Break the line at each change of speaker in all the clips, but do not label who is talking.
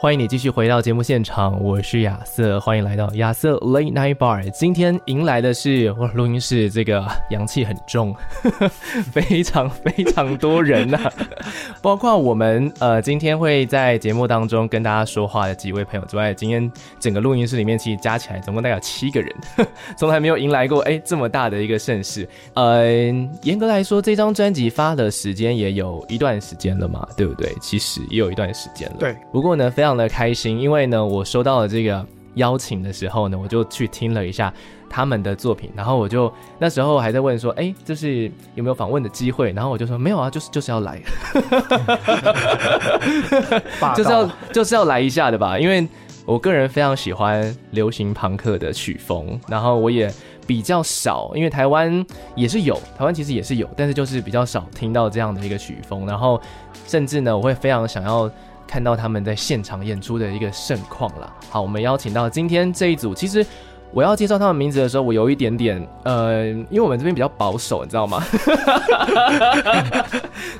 欢迎你继续回到节目现场，我是亚瑟，欢迎来到亚瑟 Late Night Bar。今天迎来的是哇，录音室这个阳气很重， 非常非常多人呐、 包括我们呃今天会在节目当中跟大家说话的几位朋友之外，今天整个录音室里面其实加起来总共大概有七个人， 从来没有迎来过哎这么大的一个盛世。嗯、严格来说，这张专辑发的时间也有一段时间了嘛，对不对？其实也有一段时间了。
对，
不过呢，非常的开心，因为呢，我收到了这个邀请的时候呢，我就去听了一下他们的作品，然后我就那时候还在问说，哎，就是有没有访问的机会？然后我就说没有啊，就是就是要来，
霸
就是
道啊
要就是要来一下的吧，因为我个人非常喜欢流行朋克的曲风，然后我也比较少，因为台湾也是有，台湾其实也是有，但是就是比较少听到这样的一个曲风，然后甚至呢，我会非常想要。看到他们在现场演出的一个盛况啦。好，我们邀请到今天这一组，其实我要介绍他们名字的时候，我有一点点呃，因为我们这边比较保守，你知道吗？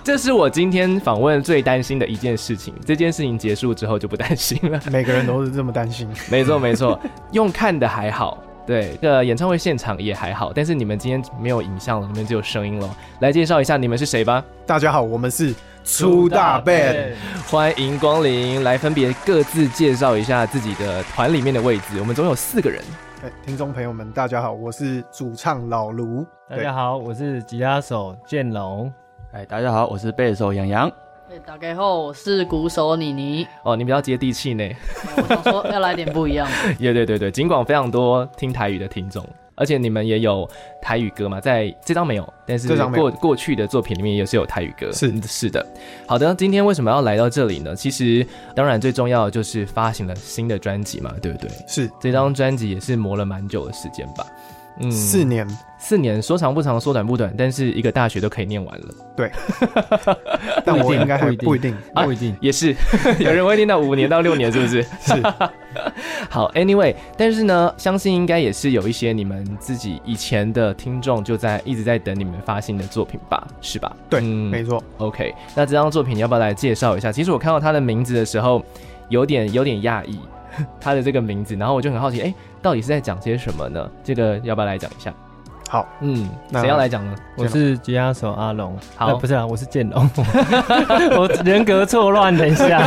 这是我今天访问最担心的一件事情。这件事情结束之后就不担心了。
每个人都是这么担心。
没错没错， 用看的还好。对，这个演唱会现场也还好，但是你们今天没有影像了，你们只有声音了。来介绍一下你们是谁吧，
大家好，我们是粗大 band，
欢迎光临，来分别各自介绍一下自己的团里面的位置。我们总有四个人，
哎听众朋友们，大家好，我是主唱老卢。
大家
好，
好，我是吉他手建龙。
哎，大家好，我是贝斯手杨洋。
哎打开后我是鼓手妮妮，
哦，你比较接地气呢。
哦
我想说要来点 不一样的。
也对对对，尽管非常多听台语的听众，而且你们也有台语歌嘛，在这张没有，但是
这张没有
过过去的作品里面也是有台语歌。
是
嗯是的。好的，今天为什么要来到这里呢？其实当然最重要的就是发行了新的专辑嘛，对不对？
是
这张专辑也是磨了蛮久的时间吧。嗯，
四 年，
四年，说长不长，说短不短，但是一个大学都可以念完了，
但我应该还不
不
一
一
定。
啊
不一定，
也是 有人会念到五年到六年，是不是？
是
好，Anyway，但是呢，相信应该也是有一些你们自己以前的听众就在一直在等你们发行的作品吧，是吧？嗯
对，没错。
OK，那这张作品你要不要来介绍一下？其实我看到它的名字的时候，有点有点讶异， 它的这个名字，然后我就很好奇，哎、到底是在讲些什么呢？这个要不要来讲一下？
好，
嗯，
那
谁要来讲呢？
我是吉他手阿龙。
好
呃不是啊，我是建龙。 我人格错乱，等一下。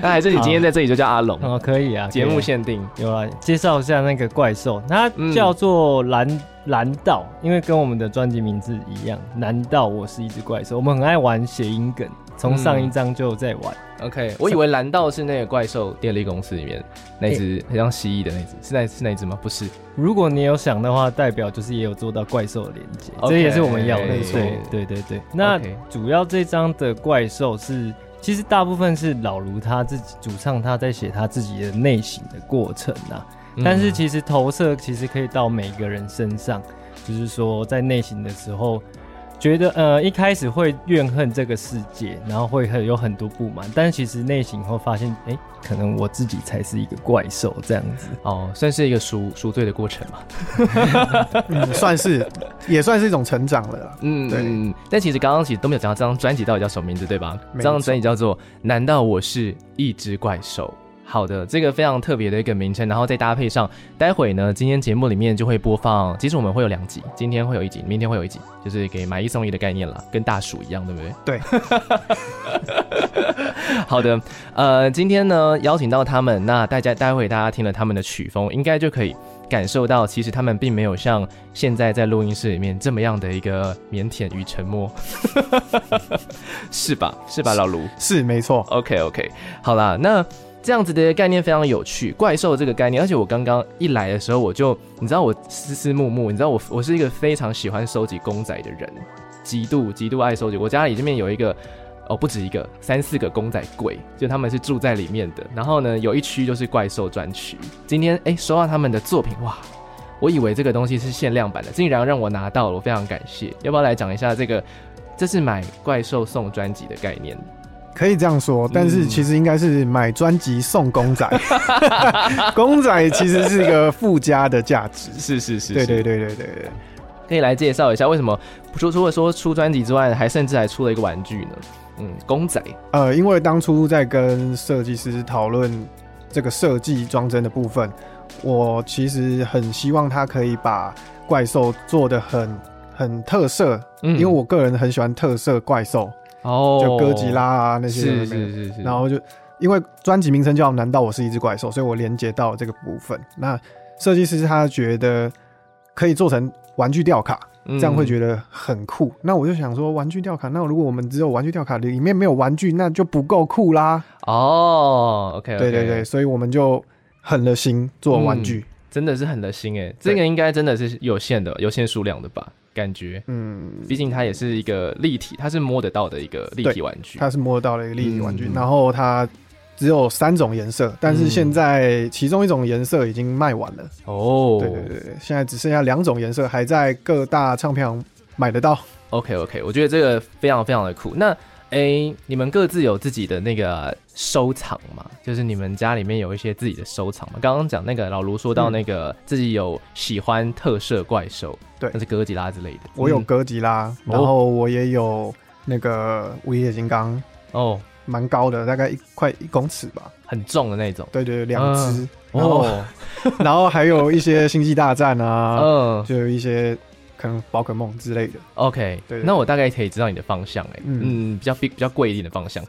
那还是你今天在这里就叫阿龙，
哦，可以啊，
节目
先
限定。
有啊，介绍一下那个怪兽，它
嗯
叫做蓝蓝道，因为跟我们的专辑名字一样，蓝道我是一只怪兽。我们很爱玩谐音梗，从上一章就在玩。
OK，我以为蓝道是那个怪兽电力公司里面那只很像蜥蜴的那只，是那是那只吗？不是，
如果你有想的话，代表就是也有做到怪兽的连接
OK，
这也是我们要的。
没
对
错
对对对。那
OK
主要这张的怪兽是，其实大部分是老卢他自己主唱他在写他自己的内省的过程啊，
嗯
但是其实投射其实可以到每个人身上，就是说在内省的时候。觉得呃一开始会怨恨这个世界，然后会很有很多不满，但是其实内省后发现，哎、可能我自己才是一个怪兽这样子。
哦，算是一个赎赎罪的过程嘛。
嗯，算是也算是一种成长了啦。
嗯，
对
嗯。但其实刚刚其实都没有讲到这张专辑到底叫什么名字，对吧？
没
这张
错
专辑叫做《难道我是一只怪兽》。好的，这个非常特别的一个名称，然后再搭配上，待会呢，今天节目里面就会播放，其实我们会有两集，今天会有一集，明天会有一集，就是给买一送一的概念啦，跟大暑一样，对不对？
对，
好的，呃，今天呢邀请到他们，那大家待会大家听了他们的曲风，应该就可以感受到，其实他们并没有像现在在录音室里面这么样的一个腼腆与沉默， 是吧？是吧，老卢
是没错。
？OK OK，好啦，那。这样子的概念非常有趣，怪兽这个概念，而且我刚刚一来的时候，我就你知道我思思慕慕，你知道我我是一个非常喜欢收集公仔的人，极度极度爱收集。我家里这边有一个。哦，不止一个，三四个公仔柜，就他们是住在里面的。然后呢，有一区就是怪兽专区。今天哎，收到他们的作品，哇，我以为这个东西是限量版的，竟然让我拿到了，我非常感谢。要不要来讲一下这个？这是买怪兽送专辑的概念。
可以这样说，但是其实应该是买专辑送公 仔，公仔其实是一个附加的价值。
是是是
对对
对，
对对对对，
可以来介绍一下为什么除除了说出专辑之外，还甚至还出了一个玩具呢？嗯，公仔。
呃，因为当初在跟设计师讨论这个设计装帧的部分，我其实很希望他可以把怪兽做的很很特色，
嗯
因为我个人很喜欢特色怪兽，
哦，
就哥吉拉啊那些有的没
是
的，
是是是，
然后就因为专辑名称叫“难道我是一只怪兽”，所以我连接到这个部分。那设计师他觉得可以做成玩具吊卡，
这
这样会觉得很酷。那我就想说，玩具吊卡，那如果我们只有玩具吊卡里面没有玩具，那就不够酷啦。
嗯哦，OK，,
对对对，，所以我们就狠了心做玩具。
真的是很热心哎，这个应该真的是有限的，有限数量的吧？感觉，
嗯，
毕竟它也是一个立体，它是摸得到的一个立体玩具。
它是摸到了一个立体玩具，
嗯
然后它只有三种颜色，但是现在其中一种颜色已经卖完了。
哦，
对对对，对，现在只剩下两种颜色，还在各大唱片行买得到。
OK OK，我觉得这个非常非常的酷。那诶，你们各自有自己的那个收藏吗？就是你们家里面有一些自己的收藏吗？刚刚讲那个老卢说
嗯
到那个、自己有喜欢特摄怪兽，
对
那是哥吉拉之类的。
我有
嗯
哥吉拉，然后我也有那个午夜金刚，
哦，
蛮高的，大概一块一公尺吧。
很重的那种。
对对对，两只。然后、
哦，
然后还有一些星际大战啊，
嗯
就有一些可能宝可梦之类的。
，OK，
对对
那我大概可以知道你的方向哎、嗯
嗯
比较比比较贵一点的方向。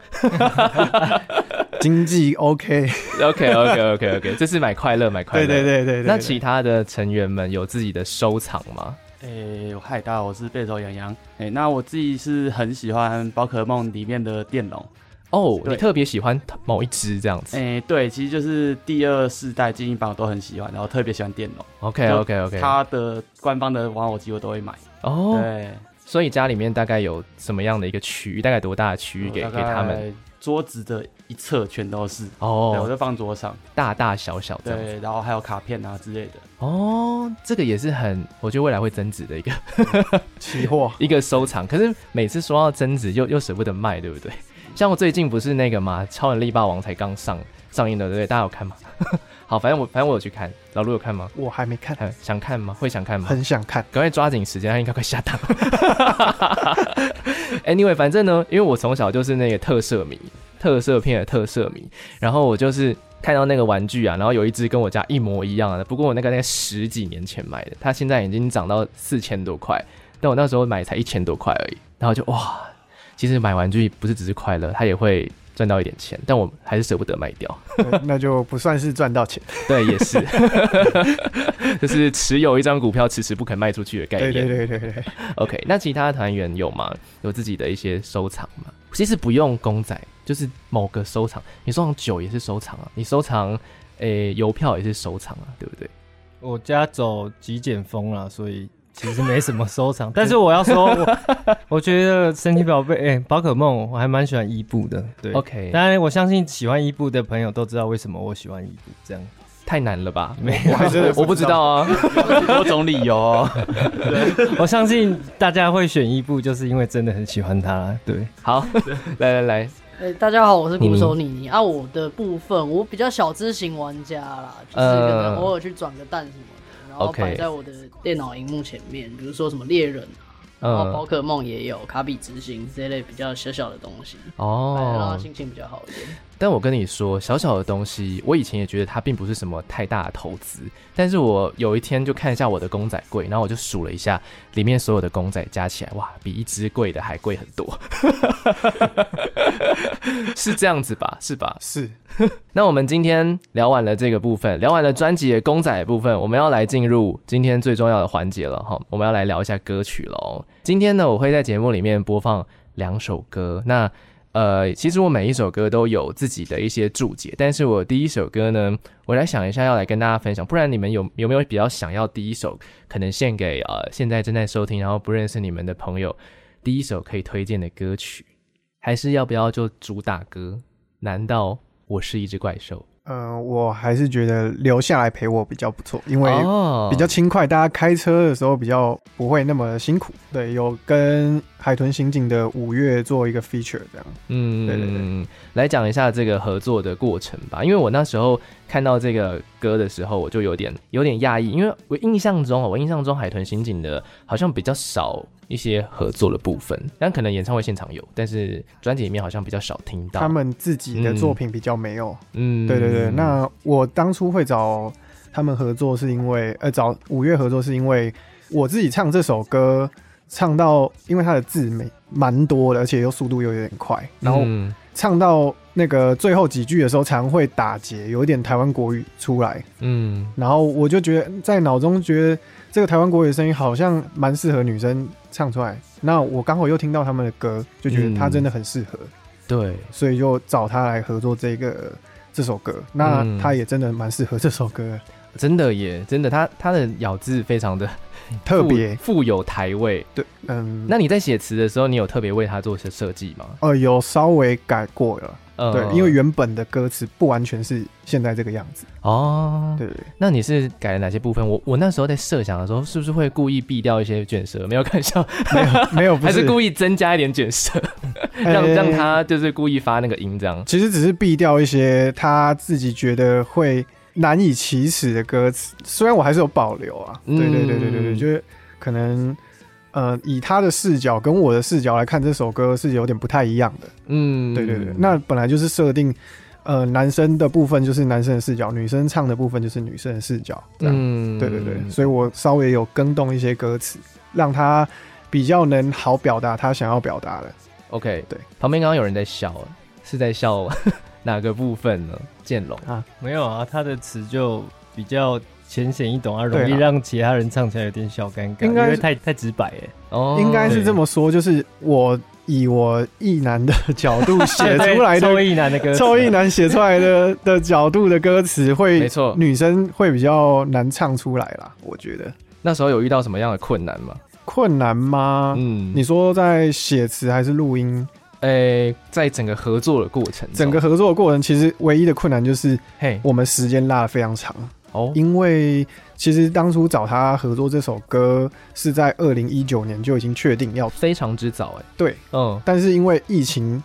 经济 OK，
OK OK OK OK，这是买快乐买快乐。
对对对对对。
那
对
其他的成员们有自己的收藏吗？
诶、哎嗨，大家好，我是贝手杨洋。诶、哎那我自己是很喜欢宝可梦里面的电龙。
哦，
对
你特别喜欢某一只这样子。
诶、对，其实就是第二世代精英版我都很喜欢，然后特别喜欢电龙，
OK OK OK，
它的官方的玩偶机我都会买。
哦，
对，
所以家里面大概有什么样的一个区域？大概多大的区域给
哦我大
给
概
他们？
桌子的一侧全都是，对，我
哦，
就放桌上。
大大小小这样子。
对，然后还有卡片啊之类的。
哦，这个也是很，我觉得未来会增值的一个，
期货
一个收藏。可是每次说到增值，又又舍不得卖，对不 对？像我最近不是那个嘛，《超人力霸王》才刚上上映的，对不对？大家有看吗？ 好，反正我反正我有去看，老陆有看吗？
我还没看，
还想看吗？会想看吗？
很想看。
赶快抓紧时间，他应该快下档。anyway，反正呢，因为我从小就是那个特色迷，特色片的特色迷，然后我就是看到那个玩具啊，然后有一只跟我家一模一样的，啊不过我那个大概十几年前买的，它现在已经涨到四千多块，但我那时候买才一千多块而已，然后就哇，其实买玩具不是只是快乐，它也会赚到一点钱，但我还是舍不得卖掉。
对那就不算是赚到钱。
对，也是， 就是持有一张股票迟迟不肯卖出去的概念。
对对对对对，
OK，那其他团员有吗？有自己的一些收藏吗？其实不用公仔，就是某个收藏。你收藏酒也是收藏啊，你收藏诶邮票也是收藏啊，对不对？
我家走极简风啦，所以其实没什么收藏。 但是我要说，我我觉得神奇宝贝，哎、宝可梦，我还蛮喜欢伊布的。对
OK
当然我相信喜欢伊布的朋友都知道为什么我喜欢伊布。这样
太难了吧？
没
我还真的
我不知道啊。
多种理由、哦。
有，我相信大家会选伊布，就是因为真的很喜欢他。对，
好，来来来，
哎，大家好，我是鼓手妮
嗯
妮啊。我的部分我比较小资型玩家啦，就是
呃
可能偶尔去转个蛋什么的，然后
OK
摆在我的电脑荧幕前面，比如说什么猎人啊，然后宝
嗯，
可梦也有，卡比执行这一类比较小小的东西，来让他
哦，
心情比较好一点。
但我跟你说，小小的东西，我以前也觉得它并不是什么太大的投资，但是我有一天就看一下我的公仔柜，然后我就数了一下里面所有的公仔加起来，哇，比一只贵的还贵很多， 是这样子吧？是吧？
是
那我们今天聊完了这个部分，聊完了专辑的公仔的部分，我们要来进入今天最重要的环节了哈，我们要来聊一下歌曲喽。今天呢，我会在节目里面播放两首歌，那呃，其实我每一首歌都有自己的一些注解，但是我第一首歌呢，我来想一下要来跟大家分享，不然你们有有没有比较想要第一首可能献给呃现在正在收听然后不认识你们的朋友第一首可以推荐的歌曲，还是要不要就主打歌？难道我是一只怪兽？
嗯、呃，我还是觉得留下来陪我比较不错，因为
哦
比较轻快，大家开车的时候比较不会那么辛苦。对，有跟海豚刑警的五月做一个 feature 这样。
嗯，
对对对，
来讲一下这个合作的过程吧。因为我那时候看到这个歌的时候，我就有点有点讶异，因为我印象中，啊我印象中海豚刑警的好像比较少一些合作的部分，但可能演唱会现场有，但是专辑里面好像比较少听到。
他们自己的作品比较没有。
嗯，
对对对。那我当初会找他们合作，是因为呃找五月合作，是因为我自己唱这首歌。唱到，因为他的字没蛮多的，而且又速度又有点快，然
嗯
后唱到那个最后几句的时候，常会打结，有一点台湾国语出来，
嗯，
然后我就觉得在脑中觉得这个台湾国语的声音好像蛮适合女生唱出来，那我刚好又听到他们的歌，就觉得他真的很适合，
对，
所以就找他来合作这个这首歌，那
嗯
他也真的蛮适合这首歌。
真的耶，真的，他他的咬字非常的
特别，
富有台味。
对，嗯，
那你在写词的时候，你有特别为他做些设计吗？
呃，有稍微改过了，
嗯、
对，因为原本的歌词不完全是现在这个样子。
哦，
对，
那你是改了哪些部分？我我那时候在设想的时候，是不是会故意避掉一些卷舌？没有看笑，
没 有，没有，不
还
是哎
故意增加一点卷 舌，让让他就是故意发那个音这样。
其实只是避掉一些他自己觉得会。难以启齿的歌词，虽然我还是有保留啊，对、嗯、对对对对对，就是可能呃，以他的视角跟我的视角来看，这首歌是有点不太一样的，
嗯，
对对对，那本来就是设定，呃，男生的部分就是男生的视角，女生唱的部分就是女生的视角，这样，
嗯、
对对对，所以我稍微有更动一些歌词，让他比较能好表达他想要表达的。
OK，
对，
旁边刚刚有人在笑， 是在笑。哪个部分呢？建龙
啊，没有啊，他的词就比较浅显易懂啊，容易让其他人唱起来有点小尴尬，
应该
太太直白哎。
哦，
应该是这么说，就是我以我意男的角 度写出来的，
臭意男的歌，
臭意 男写出来的的角度的歌词会，
没错，
女生会比较难唱出来啦。我觉得
那时候有遇到什么样的困难吗？
困难吗？
嗯，
啊你说在写词还是录音？
诶、欸，在整个合作的过程，
整个合作的过程，其实唯一的困难就是，
嘿，
我们时间拉的非常长
哦。
因为其实当初找他合作这首歌是在二零一九年就已经确定要，
非常之早哎、欸。
对，
嗯，啊
但是因为疫情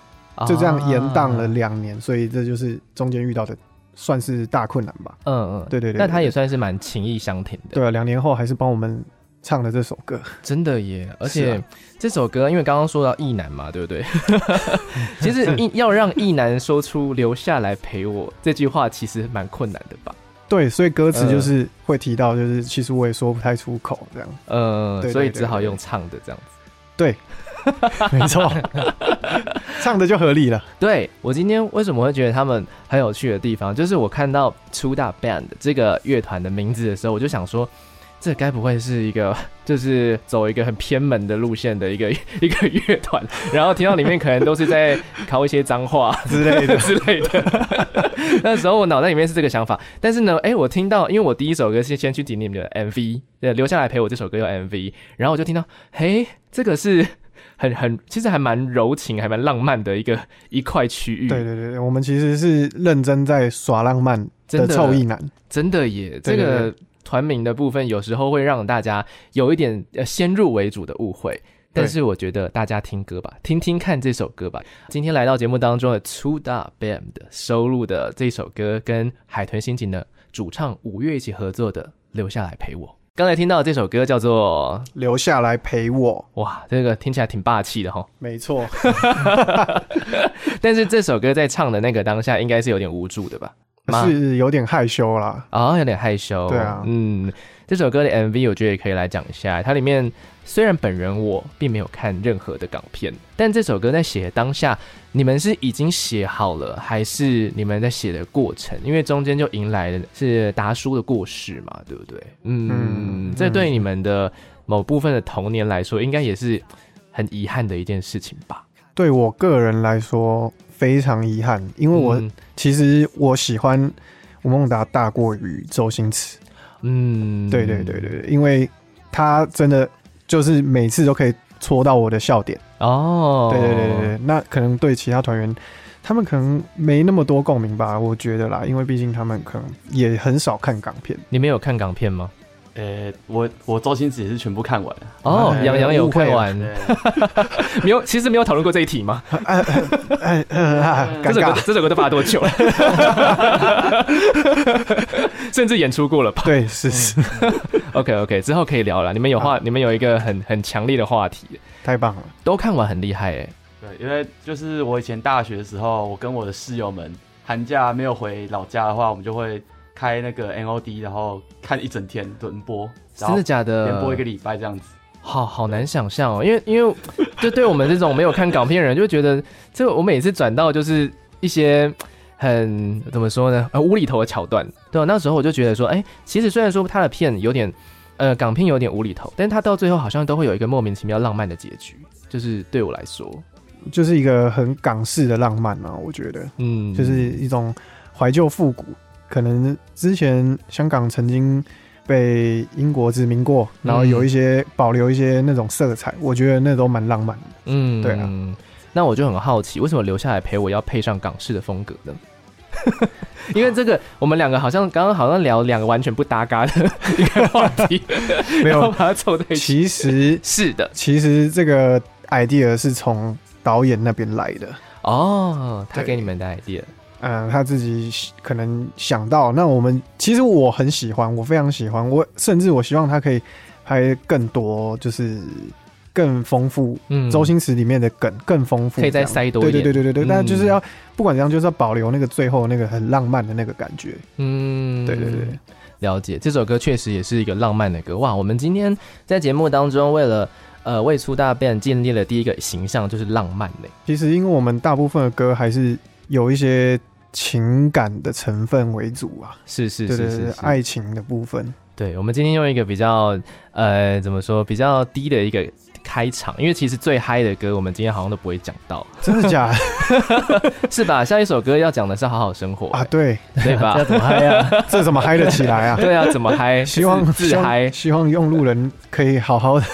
就这样延宕了两年，啊、所以这就是中间遇到的算是大困难吧。
嗯嗯，
对对对,對。
那他也算是蛮情意相挺的。
对啊，两年后还是帮我们。唱的这首歌
真的耶，而
啊
且这首歌，因为刚刚说到意男嘛，对不 对？其实要让意男说出“留下来陪我”这句话，其实蛮困难的吧？
对，所以歌
呃
词就是会提到，就是其实我也说不太出口这样。
呃，所以只好用唱的这样子。
对，没 错，唱的就合理了。
对我今天为什么会觉得他们很有趣的地方，就是我看到初大 band 这个乐团的名字的时候，我就想说。这该不会是一个，就是走一个很偏门的路线的一个 一个乐团，然后听到里面可能都是在 考一些脏话
之类 的
之类的。 那时候我脑袋里面是这个想法，但是呢，哎，我听到，因为我第一首歌是先去听你们的 MV，对，留下来陪我这首歌有 MV，然后我就听到，嘿，这个是。很很，其实还蛮柔情，还蛮浪漫的一个一块区域。
对对对，我们其实是认真在耍浪漫的臭意男，
真的耶。这个团名的部分有时候会让大家有一点呃先入为主的误会，但是我觉得大家听歌吧，听听看这首歌吧。今天来到节目当中的粗大 band 收录的这首歌，跟海豚心情的主唱五月一起合作的《留下来陪我》。刚才听到这首歌叫做
《留下来陪我》，
哇，这个听起来挺霸气的哈。
没 错，
但是这首歌在唱的那个当下，应该是有点无助的吧？
是有点害羞啦，
啊、哦，有点害羞。
对啊，
嗯，这首歌的 MV 我觉得也可以来讲一下。它里面虽然本人我并没有看任何的港片，但这首歌在写当下，你们是已经写好了，还是你们在写的过程？因为中间就迎来了是达叔的过世嘛，对不对？嗯，嗯这对你们的某部分的童年来说，应该也是很遗憾的一件事情吧？
对我个人来说。非常遗憾，因为我、嗯、其实我喜欢吴孟达大过于周星驰。
嗯，
对对对对，因为他真的就是每次都可以戳到我的笑点。
哦，
对对对对对，那可能对其他团员，他们可能没那么多共鸣吧，我觉得啦，因为毕竟他们可能也很少看港 片。
你们有看港片吗？
呃，我我周星驰也是全部看完了。
哦，
哎
杨洋有看完，
对，
没有？其实没有讨论过这一题吗？
哎呃啊
这
尴
首歌
尬，
这首歌都发多久了？ 甚至演出过了吧
对是是，
？OK OK，之后可以聊了。你们有话，你们有一个很很强烈的话题，
太棒了。
都看完很厉害哎、
对，因为就是我以前大学的时候，我跟我的室友们寒假没有回老家的话，我们就会开那个 NOD，然后看一整天轮播，然
真
后
的假的？
连播一个礼拜这样子。
好好难想象哦，因为因为就对我们这种没有看港片的人，就觉得这个我每次转到就是一些很怎么说呢，呃无厘头的桥段。对、啊，那时候我就觉得说，哎、其实虽然说他的片有点，呃，港片有点无厘头，但他到最后好像都会有一个莫名其妙浪漫的结局。就是对我来说，
就是一个很港式的浪漫嘛，啊我觉得
嗯，
就是一种怀旧复古。可能之前香港曾经被英国殖民过，然后有一些保留一些那种色彩，我觉得那都蛮浪漫的。
嗯
对啊。
那我就很好奇，为什么留下来陪我要配上港式的风格呢？ 因为这个，我们两个好像刚刚好像聊两个完全不搭嘎的 一个话题，
没 有
然后把它凑在一起。
其实
是的，
其实这个 idea 是从导演那边来的，
哦，他
对
给你们的 idea，
嗯、他自己可能想到。那我们其实我很喜欢，我非常喜欢，我甚至我希望他可以拍更多，就是更丰富
嗯
周星驰里面的梗更丰富，
可以再
这样
塞多一
对
点
对对对对对，
嗯
但就是要不管怎样，就是要保留那个最后那个很浪漫的那个感觉。
嗯，
对对对，
了解。这首歌确实也是一个浪漫的歌哇！我们今天在节目当中，为了呃为出大便建立了第一个形象，就是浪漫嘞。
其实因为我们大部分的歌还是有一些情感的成分为主啊，
是是
对
是
对
是
对，
是
对爱情的部分。
对，我们今天用一个比较呃怎么说比较低的一个开场，因为其实最嗨的歌我们今天好像都不会讲 到，
真 的假的
是吧？下一首歌要讲的是《好好生活》
啊？对，
对吧
这？怎么嗨啊？
这怎么嗨得起 来啊？
对啊，怎么嗨？
希望
自
希
自
望
嗨。
希望用路人可以好 好的。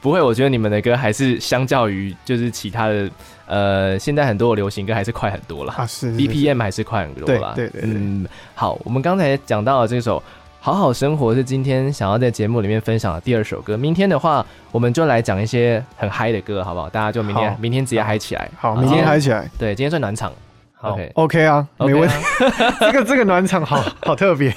不会，我觉得你们的歌还是相较于就是其他的，呃，现在很多的流行歌还是快很多啦、
啊，是是
b E p m 还是快很多啦。
对对对对
嗯，好，我们刚才讲到的这首《好好生活》是今天想要在节目里面分享的第二首歌。明天的话，我们就来讲一些很嗨的歌，好不好？大家就明天
好
明天直接嗨起来。啊
好，明天嗨起来
对，今天算暖场。
好
OK，
，OK 啊，没问题。
题。
这个这个暖场好好特别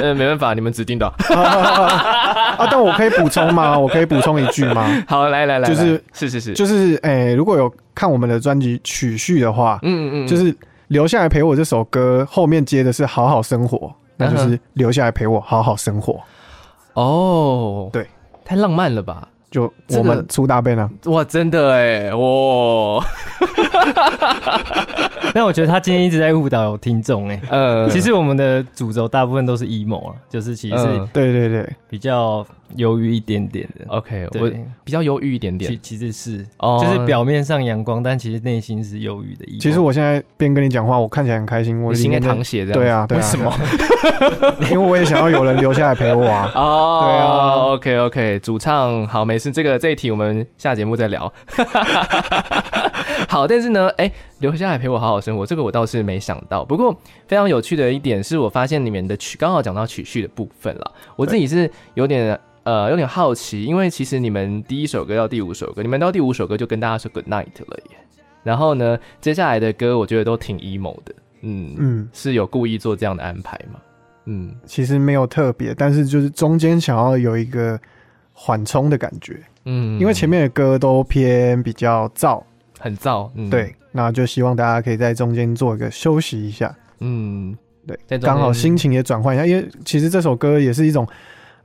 呃，没办法，你们指定 的。
啊，但我可以补 充吗？我可以补充一句吗？
好，来来来，
就是
来是是是，
就是诶、如果有看我们的专辑曲序的话，
嗯嗯嗯，
就是留下来陪我这首歌后面接的是好好生活，那就
嗯
是留下来陪我好好生活。
哦，
对，
太浪漫了吧。
就
这
我
个
们出大便啊，
哇，真的哎，哇，
但我觉得他今天一直在误导听众哎、
呃，
其实我们的主轴大部分都是 emo 啊，就是其实是
嗯
对对对，
比较忧郁一点点的。
OK，我
对，
比较忧郁一点
其
点，
其实是、
哦
就是表面上阳光，但其实内心是忧郁的 emo。
其实我现在边跟你讲话，我看起来很开心，我
你
里
心在
面
淌血这样。。
对，啊，对啊，
为什么
对啊？ 因为我也想要有人留下来陪我啊
哦，
对啊
，OK OK，主唱好，没事，这个这一题我们下节目再聊。 好，但是呢，哎、留下来陪我好好生活，这个我倒是没想到。不过非常有趣的一点是我发现你们的曲刚好讲到曲序的部分了，我自己是有点呃有点好奇，因为其实你们第一首歌到第五首歌，你们到第五首歌就跟大家说 good night 了耶。然后呢，接下来的歌我觉得都挺 emo 的，嗯嗯，
嗯，
是有故意做这样的安排吗？嗯，
其实没有特别，但是就是中间想要有一个缓冲的感觉，
嗯，
因为前面的歌都偏比较燥，
很燥，嗯，
对，那就希望大家可以在中间做一个休息一下，
嗯，在
对，
中间
刚好心情也转换一下，因为其实这首歌也是一种，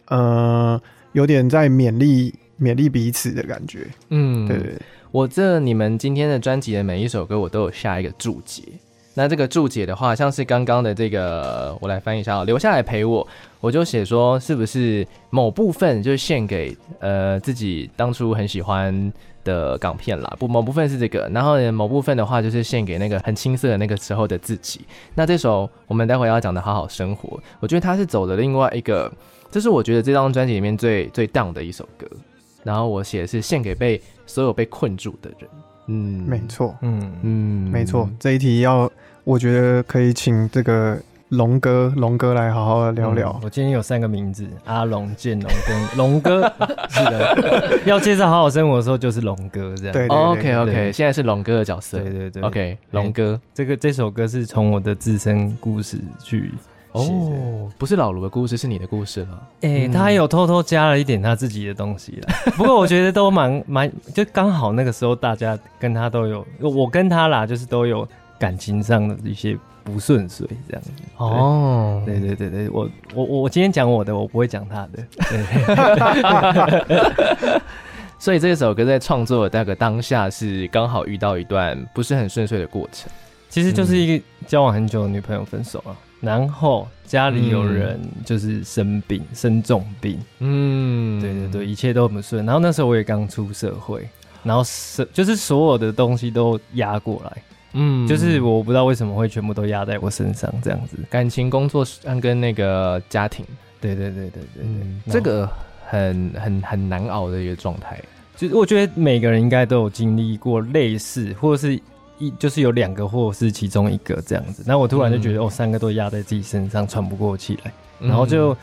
呃，有点在勉励勉励彼此的感觉，
嗯，
对对对，
我这你们今天的专辑的每一首歌，我都有下一个注解。那这个注解的话，像是刚刚的这个，我来翻译一下哦，留下来陪我，我就写说是不是某部分就是献给呃自己当初很喜欢的港片啦，不某部分是这个，呃然后呢某部分的话就是献给那个很青涩的那个时候的自己。那这首我们待会要讲的《好好生活》，我觉得它是走的另外一个，这是我觉得这张专辑里面最最 down 的一首歌，然后我写的是献给被所有被困住的人。嗯，
没错，
嗯，
嗯，
没错，这一题要，我觉得可以请这个龙哥，龙哥来好好聊聊。
嗯
嗯
我今天有三个名字：阿龙、建龙跟 龙哥。是的，要介绍好好生活的时候就是龙哥这样。
对对对
哦 OK
对
OK，现在是龙哥的角色。
对对哎对
OK，龙哥。
这个这首歌是从我的自身故事去写的。
哦，不是老卢的故事，是你的故事了。
哎、
嗯
他有偷偷加了一点他自己的东西啦。 不过我觉得都蛮蛮，就刚好那个时候大家跟他都有，我跟他啦，就是都有感情上的一些不顺遂
嗯
这样子。
哦，
对对对对，我我我我今天讲我的，我不会讲他的。
所以这首歌在创作的那个当下是刚好遇到一段不是很顺遂的过程。
其实就是
嗯
一个交往很久的女朋友分手了，然后家里有人就是生病，生重病，
嗯
对对对，，一切都很不顺。然后那时候我也刚出社会，然后是就是所有的东西都压过来，
嗯
就是我不知道为什么会全部都压在我身上这样子。
感情、工作上跟那个家庭，
对对对对对对，
嗯，这个很很很难熬的一个状态。
就是我觉得每个人应该都有经历过类似，或者是一就是有两个，或者是其中一个这样子。那我突然就
嗯
觉得，哦，三个都压在自己身上，喘不过气来。然后就、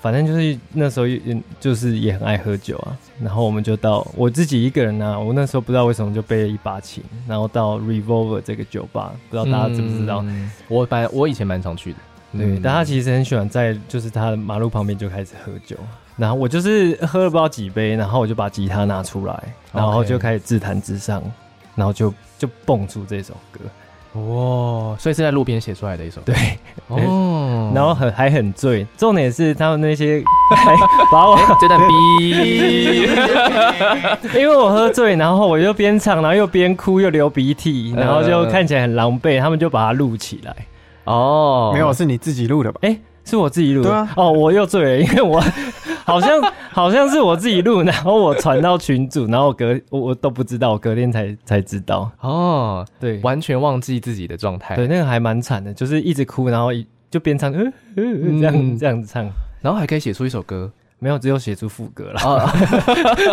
反正就是那时候也就是也很爱喝酒啊，然后我们就到我自己一个人啊，我那时候不知道为什么就背了一把琴，然后到 Revolver 这个酒吧，不知道大家知不知道？
嗯我本来我以前蛮常去的，
对，
嗯
但他其实很喜欢在就是他的马路旁边就开始喝酒，然后我就是喝了不知道几杯，然后我就把吉他拿出来，然后
OK
就开始自弹自唱，然后就就蹦出这首歌，
哦，所以是在路边写出来的一首歌。
对，
哦，
然后很还很醉，重点是他们那些 还把我。
这段 B，哎
因为我喝醉，然后我就边唱，然后又边哭，又流鼻涕，
嗯
然后就看起来很狼狈，他们就把它录起来。
哦，
没有，是你自己录的吧？
哎、是我自己录的、
对啊
哦，我又醉了，因为我好像好像是我自己录，然后我传到群组，然后我隔我我都不知道，我隔天才才知道。
哦，
对，
完全忘记自己的状态。
对，那个还蛮惨的，就是一直哭，然后一就边唱，呃呃呃这样、
嗯
这样子唱，
然后还可以写出一首歌
没有只有写出副歌了。
啊，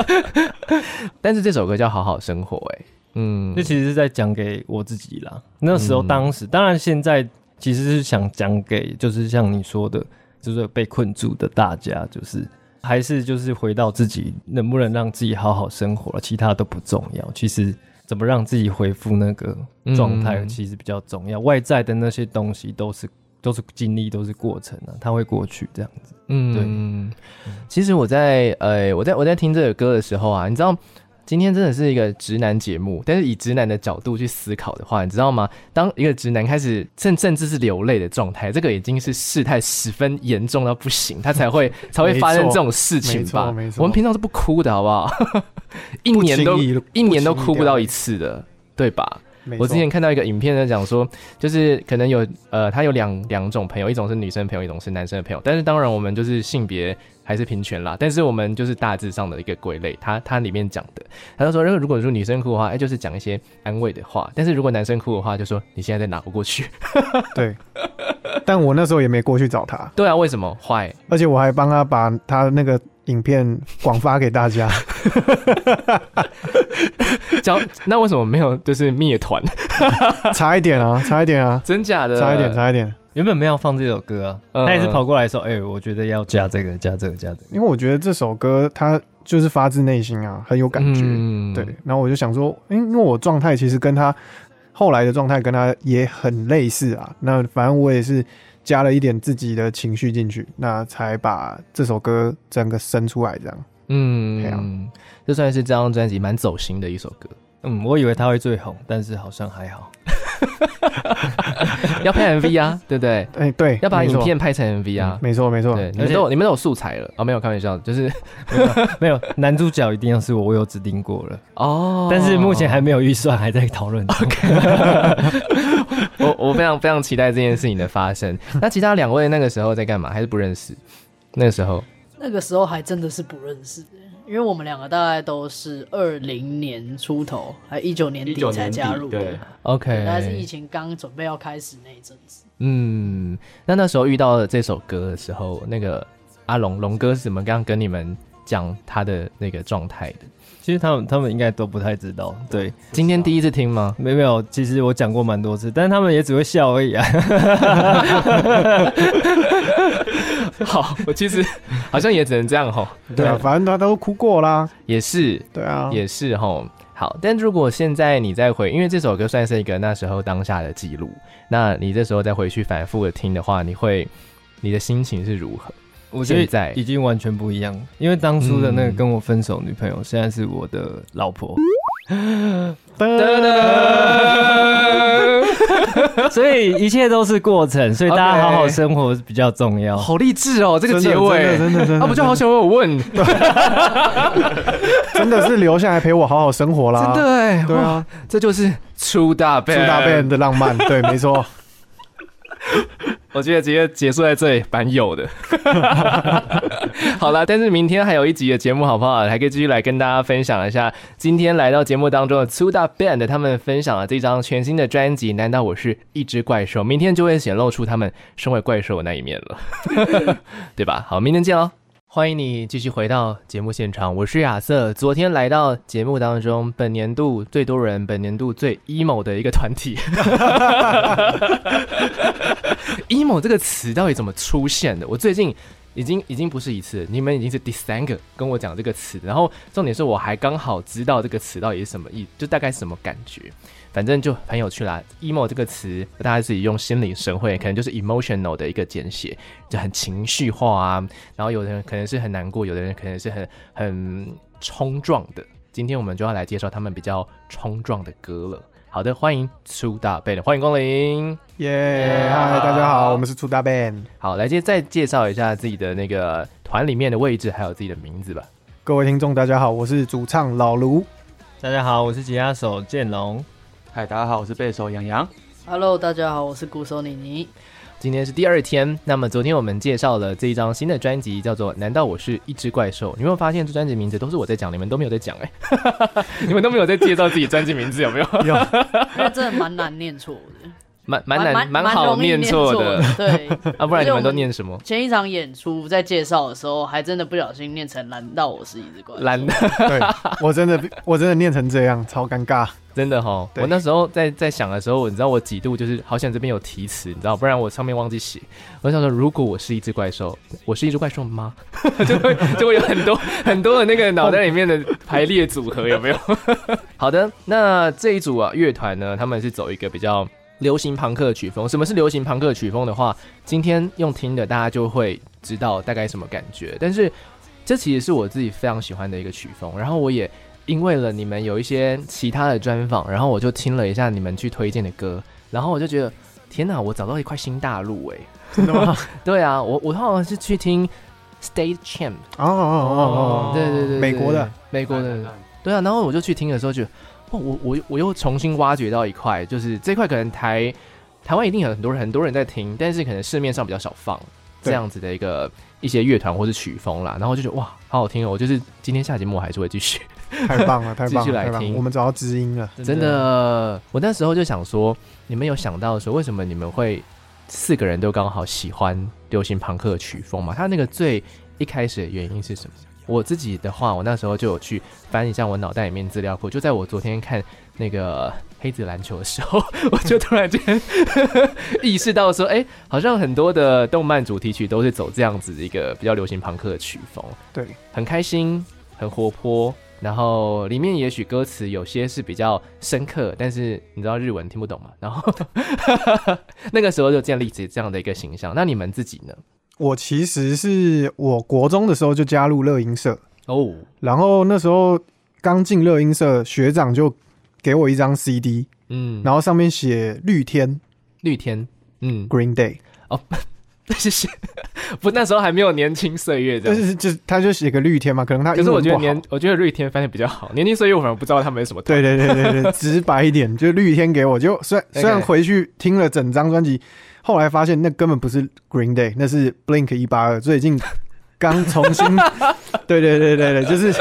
但是这首歌叫《好好生活》哎，嗯
这，其实是在讲给我自己啦。那时候当时，当然现在其实是想讲给，就是像你说的，就是被困住的大家，就是还是就是回到自己能不能让自己好好生活，啊其他都不重要。其实怎么让自己恢复那个状态，
嗯
其实比较重要。外在的那些东西都是。都是经历，都是过程啊，它会过去这样子。
嗯，其实我在呃，我在我在听这首歌的时候啊，你知道。今天真的是一个直男节目，但是以直男的角度去思考的话，你知道吗？当一个直男开始甚甚至是流泪的状态，这个已经是事态十分严重到不行，他才会才会发生这种事情吧？
没错没错
我们平常是不哭的好不 好？一年都
不轻易
一年都哭不到一
次。
次的，对吧？
没错
我之前看到一个影片在讲说，就是可能有呃，他有两两种朋友，一种是女生朋友，一种是男生的朋友。但是当然我们就是性别还是平权啦，但是我们就是大致上的一个归类。他他里面讲的，他就说，如果如果说女生哭的话，哎、就是讲一些安慰的话；但是如果男生哭的话，就说你现在在哪不过去？
对，但我那时候也没过去找他，
对啊，为什么坏？
而且我还帮他把他那个影片广发给大家。
讲那为什么没有就是灭团？
差一点啊，差一点啊，
真假的？
差一点，差一点。
原本没有放这首歌啊，
嗯
他也是跑过来说：“哎、我觉得要加这个，加这个，加这个。”
因为我觉得这首歌它就是发自内心啊，很有感觉。
嗯
对，然后我就想说，诶因为我状态其实跟他后来的状态跟他也很类似啊。那反正我也是加了一点自己的情绪进去，那才把这首歌整个生出来这样。对啊
嗯，这算是这张专辑蛮走心的一首歌。
嗯，我以为他会最红，但是好像还好。
要拍 MV 啊，对不对？
哎、对，
要把
没
影
错嗯
片拍成 MV 啊。
没错没错，
对，你
嗯而
们
且
都有你们都有素材了啊、没有开玩笑，就是
没有，男主角一定要是我，我有指定过了，
哦。
但是目前还没有预算，还在讨论中。
我我非常非常期待这件事情的发 生。那其他两位那个时候在干嘛？还是不认识？那个时候，
那个时候还真的是不认识，因为我们两个大概都是二零年出头，还一九年
一
底
九
才
年底
加入的，
对，
OK，
大概是疫情刚准备要开始那一阵子。
嗯，那那时候遇到这首歌的时候，那个阿龙龙哥是怎么样跟你们讲他的那个状态的。
其实他们他们应该都不太知道，对，
今天第一次听 吗？
没没有，其实我讲过蛮多次，但是他们也只会笑而已啊。
好，我其实好像也只能这样吼。
对啊，反正他都哭过啦，
也是，
对啊，
也是吼。好，但如果现在你再回，因为这首歌算是一个那时候当下的记录，那你这时候再回去反复的听的话，你会你的心情是如何？
我觉
现在
得已经完全不一样，因为当初的那个跟我分手女朋友，现在是我的老 婆，所以一切都是过程，所以大家好好生活比较重要。
好励志哦，这个
真的
结尾，
真的真的真的
啊，我就好想我有问，真
真的是留下来陪我好好生活啦。
的哎，
对啊，
哇，这就是出大
住
便，
大便，的浪漫，对，没错。
我觉得直接结束在这里蛮有的。 好了，但是明天还有一集的节目，好不好？还可以继续来跟大家分享一下，今天来到节目当中的粗大 band，他们分享了这张全新的专辑《难道我是一只怪兽》，明天就会显露出他们身为怪兽的那一面了， 对吧？好，明天见喽。欢迎你继续回到节目现场，我是亚瑟。昨天来到节目当中，本年度最多人、本年度最 emo 的一个团体。emo 这个词到底怎么出现的？我最近已经已经不是一次，你们已经是第三个跟我讲这个词，然后重点是我还刚好知道这个词到底是什么意，就大概是什么感觉，反正就很有趣啦。emo 这个词，大家自己用心领神会，可能就是 emotional 的一个简写，就很情绪化啊。然后有的人可能是很难过，有的人可能是很很冲撞的。今天我们就要来介绍他们比较冲撞的歌了。好的，欢迎苏大贝的，欢迎光临。
耶，哎嗨，大家好，我们是住大便。
好，来接再介绍一下自己的那个团里面的位置，还有自己的名字吧。
各位听众，大家好，我是主唱老卢。
大家好，我是吉他手建龙，
嗨，大家好，我是贝手杨洋。
Hello，大家好，我是鼓手妮妮。
今天是第二天，那么昨天我们介绍了这一张新的专辑，叫做《难道我是一只怪兽》。你有没有发现这专辑名字都是我在讲，你们都没有在讲哎、 你们都没有在介绍自己专辑名字，有没有？
因
哎
为真的蛮难念错的，
蛮蛮难
蛮
好
容易
念
念
错的，
对，
啊，不然你们都念什么？
前一场演出在介绍的时候，还真的不小心念成“难道我是一只怪兽”？
懒得
对我真的，我真的念成这样，超尴尬。
真的哈，
对
我那时候在在想的时候，你知道我几度就是好想这边有提词，你知道，不然我上面忘记写。我想说，如果我是一只怪兽，我是一只怪兽吗？ 就会就会有很多很多的那个脑袋里面的排列组合，有没 有？好的，那这一组啊乐团呢，他们是走一个比较流行朋克曲风。什么是流行朋克曲风的话，今天用听的大家就会知道大概什么感觉。但是这其实是我自己非常喜欢的一个曲风，然后我也因为了你们有一些其他的专访，然后我就听了一下你们去推荐的歌，然后我就觉得天哪，我找到一块新大陆哎、
真的吗？
对啊，我我好像是去听 State Champ，
哦哦哦哦，
对对对对
美国的，
美国的，对啊，然后我就去听的时候觉得，哇，我我我又重新挖掘到一块，就是这块可能台台湾一定有很多人很多人在听，但是可能市面上比较少放
对
这样子的一个一些乐团或是曲风啦，然后就觉得哇，好好听哦！我就是今天下节目我还是会继续，
太棒 了，太
继
棒
续
了，
来
太棒了！
听
我们找到知音了。
真的，我那时候就想说，你们有想到说为什么你们会四个人都刚好喜欢流行朋克的曲风吗？他那个最一开始的原因是什么？我自己的话，我那时候就有去翻一下我脑袋里面资料库，就在我昨天看那个黑子篮球的时候， 我就突然间嗯意识到说，哎、好像很多的动漫主题曲都是走这样子的一个比较流行朋克的曲风。
对，
很开心，很活泼，然后里面也许歌词有些是比较深刻，但是你知道日文听不懂嘛？然后 那个时候就建立起这样的一个形象。那你们自己呢？
我其实是我国中的时候就加入乐音社，
哦，
然后那时候刚进乐音社，学长就给我一张 CD，
嗯，
然后上面写绿天
绿天，嗯，
（Green Day），
谢谢。 不，那时候还没有年轻岁月这
就
样。
是就他就写个绿天嘛，可能他
可是
英
我
文
觉得
不好
年，我觉得绿天翻译比较好。年轻岁月我反而不知道他们是什么团。
对对对对对，直白一点，就绿天给我就 虽然
OK
虽然回去听了整张专辑，后来发现那根本不是 Green Day，那是 Blink 一八二，最近刚重 新，对对对对对，就是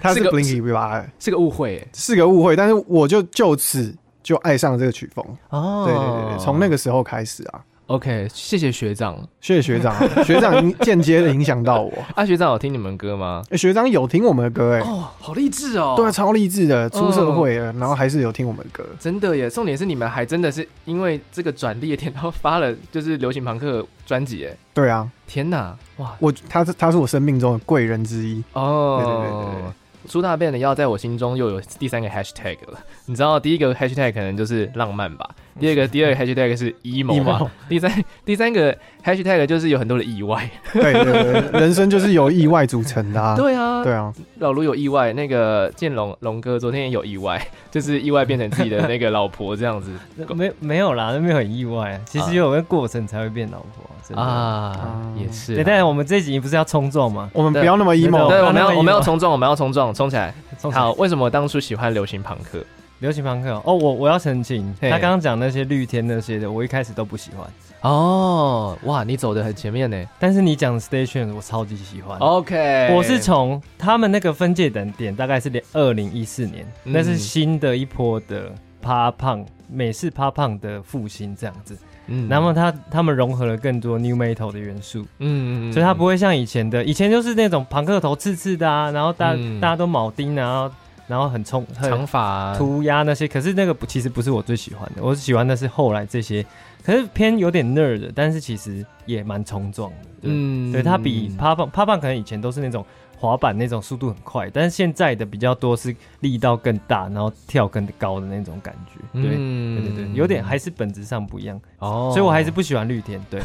它是
是个
Blink 一八二，
是个误会欸
是个误会，但是我就就此就爱上这个曲风，
哦
对对对对，从那个时候开始啊，
OK，谢谢学长。
谢谢学长 啊，学长影间接的影响到我。
啊，学长有听你们歌吗？
欸学长有听我们的歌哎、
哦，好励志哦。
对啊，超励志的，出社会了，然后还是有听我们的歌。
真的耶！重点是你们还真的是因为这个转捩点，然后发了就是流行朋克专辑哎。
对啊，
天哪，哇
我他是他是我生命中的贵人之一。
哦，
对对对对对
苏大便的要在我心中又有第三个 hashtag 了。你知道第一个 hashtag 可能就是浪漫吧，第二个第二个 hashtag 是 emo 嘛
emo，
第三第三个 hashtag 就是有很多的意外。
对对对，对人生就是由意外组成的啊。
对啊，
对啊，
老卢有意外，那个建龙龙哥昨天也有意外， 就是意外变成自己的那个老婆这样子
没没有啦，那没有很意外。其
啊
实有个过程才会变老婆，真的。
啊，也是
对，
啊。
但是我们这集不是要冲撞吗？
我们
对
不要那么
没有
emo。
对，
我
我们要
那么
我们要
emo
冲撞，我们要冲撞，冲起来！
冲撞
好，为什么当初喜欢流行朋克？
流行朋克哦，哦我我要澄清，
嘿
他刚刚讲那些绿天那些的，我一开始都不喜欢，
哦，哇，你走的很前面呢。
但是你讲 Station 我超级喜欢。
哦 OK，
我是从他们那个分界等点大概是连二零一四年，
嗯
那是新的一波的趴胖美式趴胖的复兴这样子。
嗯
然后他他们融合了更多 new metal 的元素，
嗯
所以它不会像以前的，以前就是那种朋克头刺刺的啊，然后大、
嗯
大家都铆钉，啊然后然后很冲很
长发
涂鸦那些。可是那个不其实不是我最喜欢的，我喜欢的是后来这些，可是偏有点 nerd，的但是其实也蛮冲撞的。对
嗯
对，它比趴棒趴棒可能以前都是那种滑板那种速度很快，但是现在的比较多是力道更大，然后跳更高的那种感觉。对，
嗯
对对对，有点还是本质上不一样，
哦，
所以我还是不喜欢绿天。对，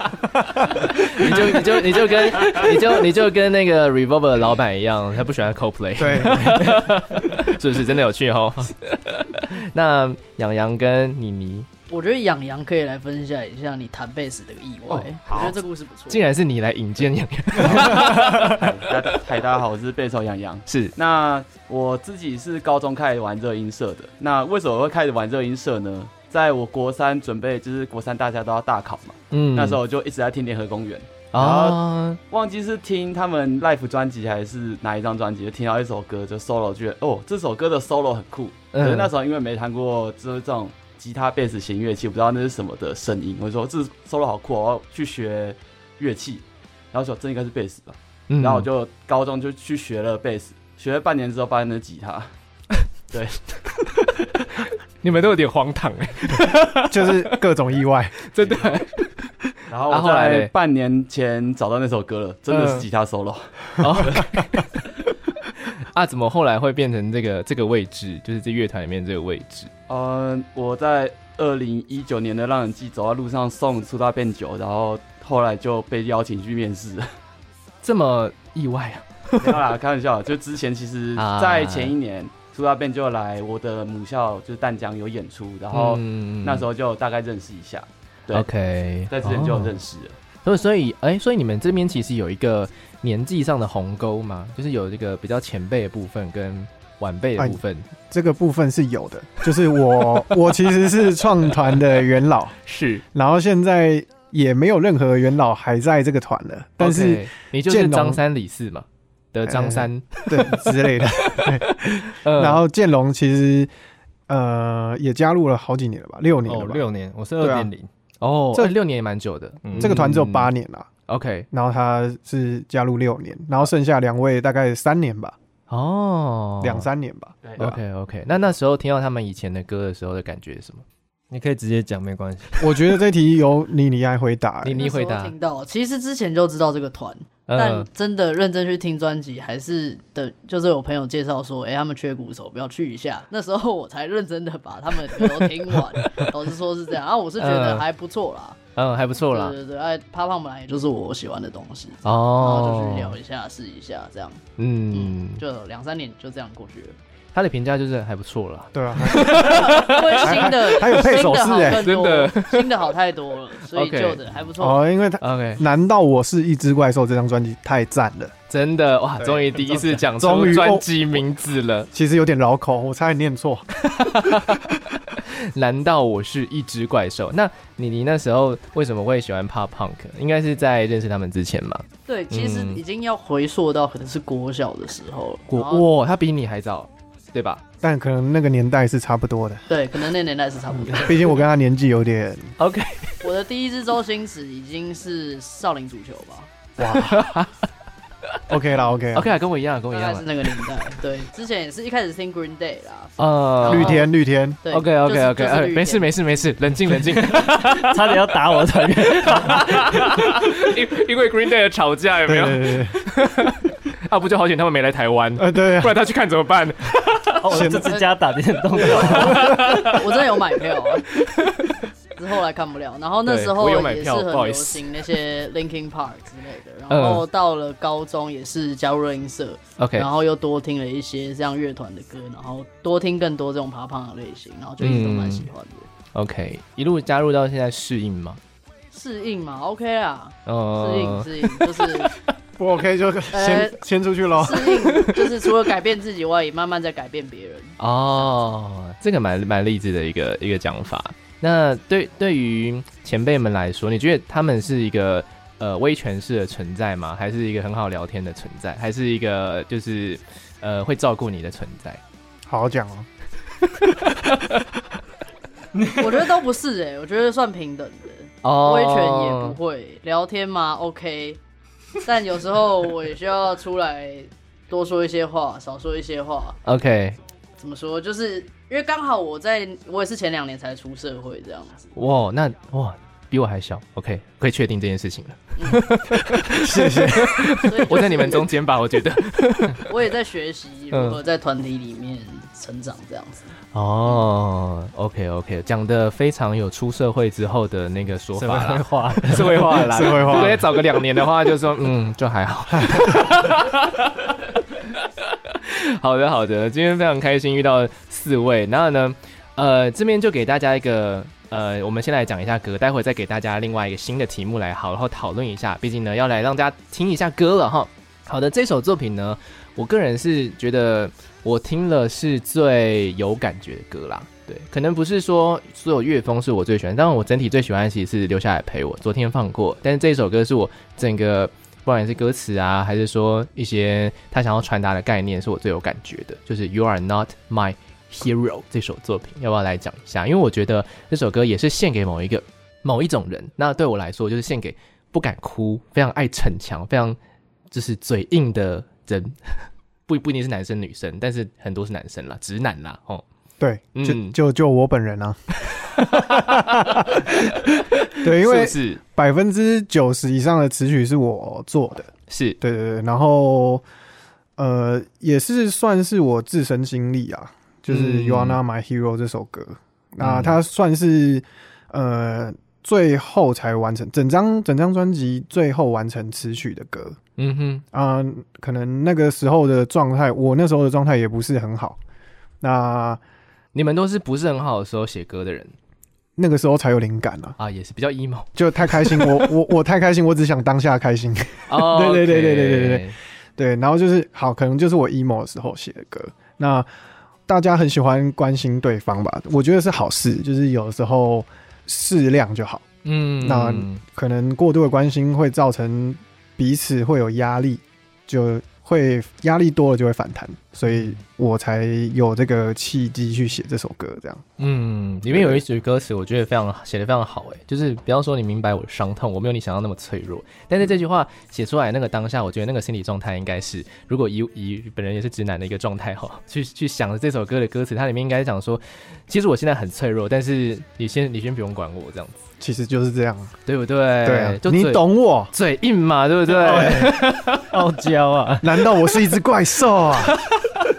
你就你就你就跟你就你就跟那个 Revolver 的老板一样，他不喜欢 CoPlay，
对，
是不是真的有趣哦？那杨洋跟妮妮，
我觉得养羊可以来分享一下你弹贝斯的意外，我觉得这故事不错。
哦竟然是你来引荐杨洋，
大家嗨，大家好，我是贝手杨洋。
是
那我自己是高中开始玩热音社的。那为什么会开始玩热音社呢？在我国三准备，就是国三大家都要大考嘛，
嗯
那时候我就一直在听联合公园，
啊，
忘记是听他们 Life 专辑还是哪一张专辑，就听到一首歌就 solo，觉得哦这首歌的 solo 很酷。
嗯
可是那时候因为没弹过就是这种吉他、贝斯弦乐器，我不知道那是什么的声音，我就说这 solo 好酷哦，我要去学乐器。然后说这应该是贝斯吧，
嗯
然后我就高中就去学了贝斯，学了半年之后发现那是吉他。
你们都有点荒唐哎，
就是各种意外。
真的
然后
啊
我
后来嘞嗯
在半年前找到那首歌了，真的是吉他 solo。
哦 啊，怎么后来会变成这个这个位置，就是这乐团里面这个位置？
嗯，我在二零一九年的《浪人记》走在路上送苏大变酒，然后后来就被邀请去面试。
这么意外啊？
没有 啦，开玩笑，就之前其实
啊，
在前一年苏大变就来我的母校就是淡江有演出，然后
嗯
那时候就大概认识一下，对
OK，
在之前就有
哦
认识了。
所以，所以，哎、所以你们这边其实有一个年纪上的鸿沟嘛，就是有这个比较前辈的部分跟晚辈的部分。
这个部分是有的，就是我我其实是创团的元老，
是，
然后现在也没有任何元老还在这个团了，但是
你就是
建龙
张三李四嘛的张三，
对之类的。
呃
然后建龙其实呃也加入了好几年了吧，六年
哦
了，吧。
六年，我是二
对啊
点零，
哦，这
这
六年也蛮久的。
嗯
这个团只有八年啊啦，
OK，
然后他是加入六年，然后剩下两位大概三年吧，
哦，
两、三年吧。啊
对，
OK OK，那那时候听到他们以前的歌的时候的感觉是什么？
你可以直接讲没关系。
我觉得这题由妮妮来回答、
你
欸
你回
那时候
答
听，到，其实之前就知道这个团，但
嗯，
真的认真去听专辑，还是等就是有朋友介绍说，哎、他们缺鼓手，不要去一下。那时候我才认真的把他们的歌都听 完。老实说是这样，啊，我是觉得
嗯
还不错啦，
嗯，还不错啦
对。对对，哎、趴胖本来也就是我喜欢的东西，然后就去
哦
聊，一下试一下，这样，
嗯，
就两三年就这样过 去了。
他的评价就是还不错啦。
对啊，
因为新的
还有配手势
新的好
哎
更多
真
新的好太多 了，所以
OK
旧的还不错。
哦，因为他
OK，
难道我是一只怪兽这张专辑太赞了，
真的哇，
对
终于第一次讲出
终于
专辑名字了。
其实有点绕口，我差点念错。
难道我是一只怪兽？那你你那时候为什么会喜欢 pop punk？应该是在认识他们之前嘛。
对，其实
嗯
已经要回溯到可能是国小的时候了，
果
然后
哇，他比你还早，对吧
但可能那个年代是差不多的，
对，可能那年代是差不多。
毕竟我跟他年纪有点
？OK，
我的第一支周星驰已经是少林足球吧，
OK 啦，OK 啦
OK 啊，跟我一样，跟我一
大概
样
是
啦。
那个年代。对，之前也是一开始听 Green Day 啦，
呃
绿天绿天，
对
OK OK OK，
就是就是
哎，
绿
没事
电
没事没事，冷静冷静，
差点要打我才
因因为 Green Day 的吵架有没
对
有？
对对对，
啊，不就好险他们没来台湾，
呃对啊
不，然他去看怎么办？
哦，我这次加打电动的，
我真的有买票、啊，是后来看不了。然后那时候
对我有买
也是
票
很
不好
流
意思嗯
行 那些 Linkin Park 之类的。然后到了高中也是加入了音社，
OK，
然后又多听了一些这样乐团的歌，然后多听更多这种爬胖的类型，然后就一直都蛮喜欢
嗯
的。
OK，一路加入到现在适应嘛？
适应嘛，OK 啊，适应
呃，
哦
适应 就是
不 OK 就
呃。
先先出去喽
适应，就是除了改变自己外，也慢慢在改变别人。
哦，这个蛮蛮励志的一个一个讲法。那对对于前辈们来说，你觉得他们是一个呃威权式的存在吗？还是一个很好聊天的存在？还是一个就是呃会照顾你的存在？
好好讲哦，
我觉得都不是哎、我觉得算平等的。
哦
威权也不会聊天嘛，OK。但有时候我也需要出来多说一些话，少说一些话。
OK，
怎么说？就是因为刚好我在，我也是前两年才出社会这样子。
哇，那哇比我还小，OK，可以确定这件事情了。
谢谢。
所以
我在你们中嗯间吧，我觉得。
我也在学习如何在团体里面成长这样子。
哦，OK OK，讲的非常有出社会之后的那个说
怎
法
么
啦
会，画？
社会化了啦，
社会化
如果再找个两年的话，就说嗯，就还好。好的，好的，今天非常开心遇到四位，然后呢，呃，这边就给大家一个。呃，我们先来讲一下歌，待会再给大家另外一个新的题目来好，然后讨论一下，毕竟呢要来让大家听一下歌了哈。好的，这首作品呢，我个人是觉得我听了是最有感觉的歌啦。对，可能不是说所有乐风是我最喜欢，但我整体最喜欢的其实是《留下来陪我》。昨天放过，但是这首歌是我整个不管是歌词啊，还是说一些他想要传达的概念，是我最有感觉的，就是 “You are not my hero” 这首作品，要不要来讲一下？因为我觉得这首歌也是献给某一个某一种人。那对我来说，就是献给不敢哭、非常爱逞强、非常就是嘴硬的人。不不一定是男生女生，但是很多是男生啦，直男啦，哦，
对，
嗯
就就就我本人啊。 对，因为
是
百分之九十以上的词曲是我做的，
不是是
对对对，然后呃，也是算是我自身经历啊，就是《
嗯
You Are Not My Hero》这首歌，那它算是呃最后才完成整张整张专辑最后完成词曲的歌
嗯哼，
啊、可能那个时候的状态，我那时候的状态也不是很好，那
你们都是不是很好的时候写歌的人
那个时候才有灵感啊，
啊，也是比较 emo
就太开心，我我我太开心，我只想当下开心。
哦
对对对对对对对
对，
对，然后就是好，可能就是我 emo 的时候写的歌。那大家很喜欢关心对方吧？我觉得是好事，就是有的时候适量就好。
嗯
那
嗯
可能过度的关心会造成彼此会有压力，就会压力多了就会反弹，所以我才有这个契机去写这首歌。这样，
嗯，里面有一句歌词，我觉得非常写的非常好，哎，就是比方说你明白我的伤痛，我没有你想象那么脆弱，但是这句话写出来那个当下，我觉得那个心理状态应该是，如果以以本人也是直男的一个状态哈，去去想这首歌的歌词，它里面应该讲说，其实我现在很脆弱，但是你先你先不用管我这样子，
其实就是这样。
对不对？
对啊
哎就，
你
嘴
懂我？
嘴硬嘛，对不对？
傲娇啊！
难道我是一只怪兽啊？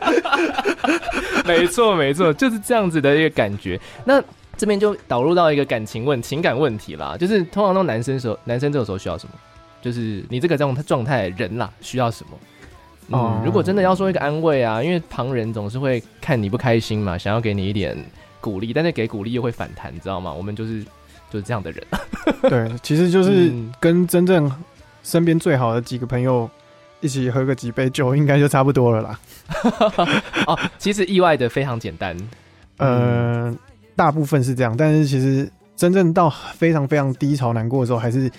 没错，没错，就是这样子的一个感觉。那这边就导入到一个感情问、情感问题啦，就是通常都男生时候，男生这种时候需要什么？就是你这个这种状态的人啦，需要什么？嗯，
哦
如果真的要说一个安慰啊，因为旁人总是会看你不开心嘛，想要给你一点鼓励，但是给鼓励又会反弹，你知道吗？我们就是就是这样的人，
对，其实就是
嗯
跟真正身边最好的几个朋友一起喝个几杯酒，应该就差不多了啦。
哦，其实意外的非常简单，嗯
呃，大部分是这样，但是其实真正到非常非常低潮、难过的时候，还是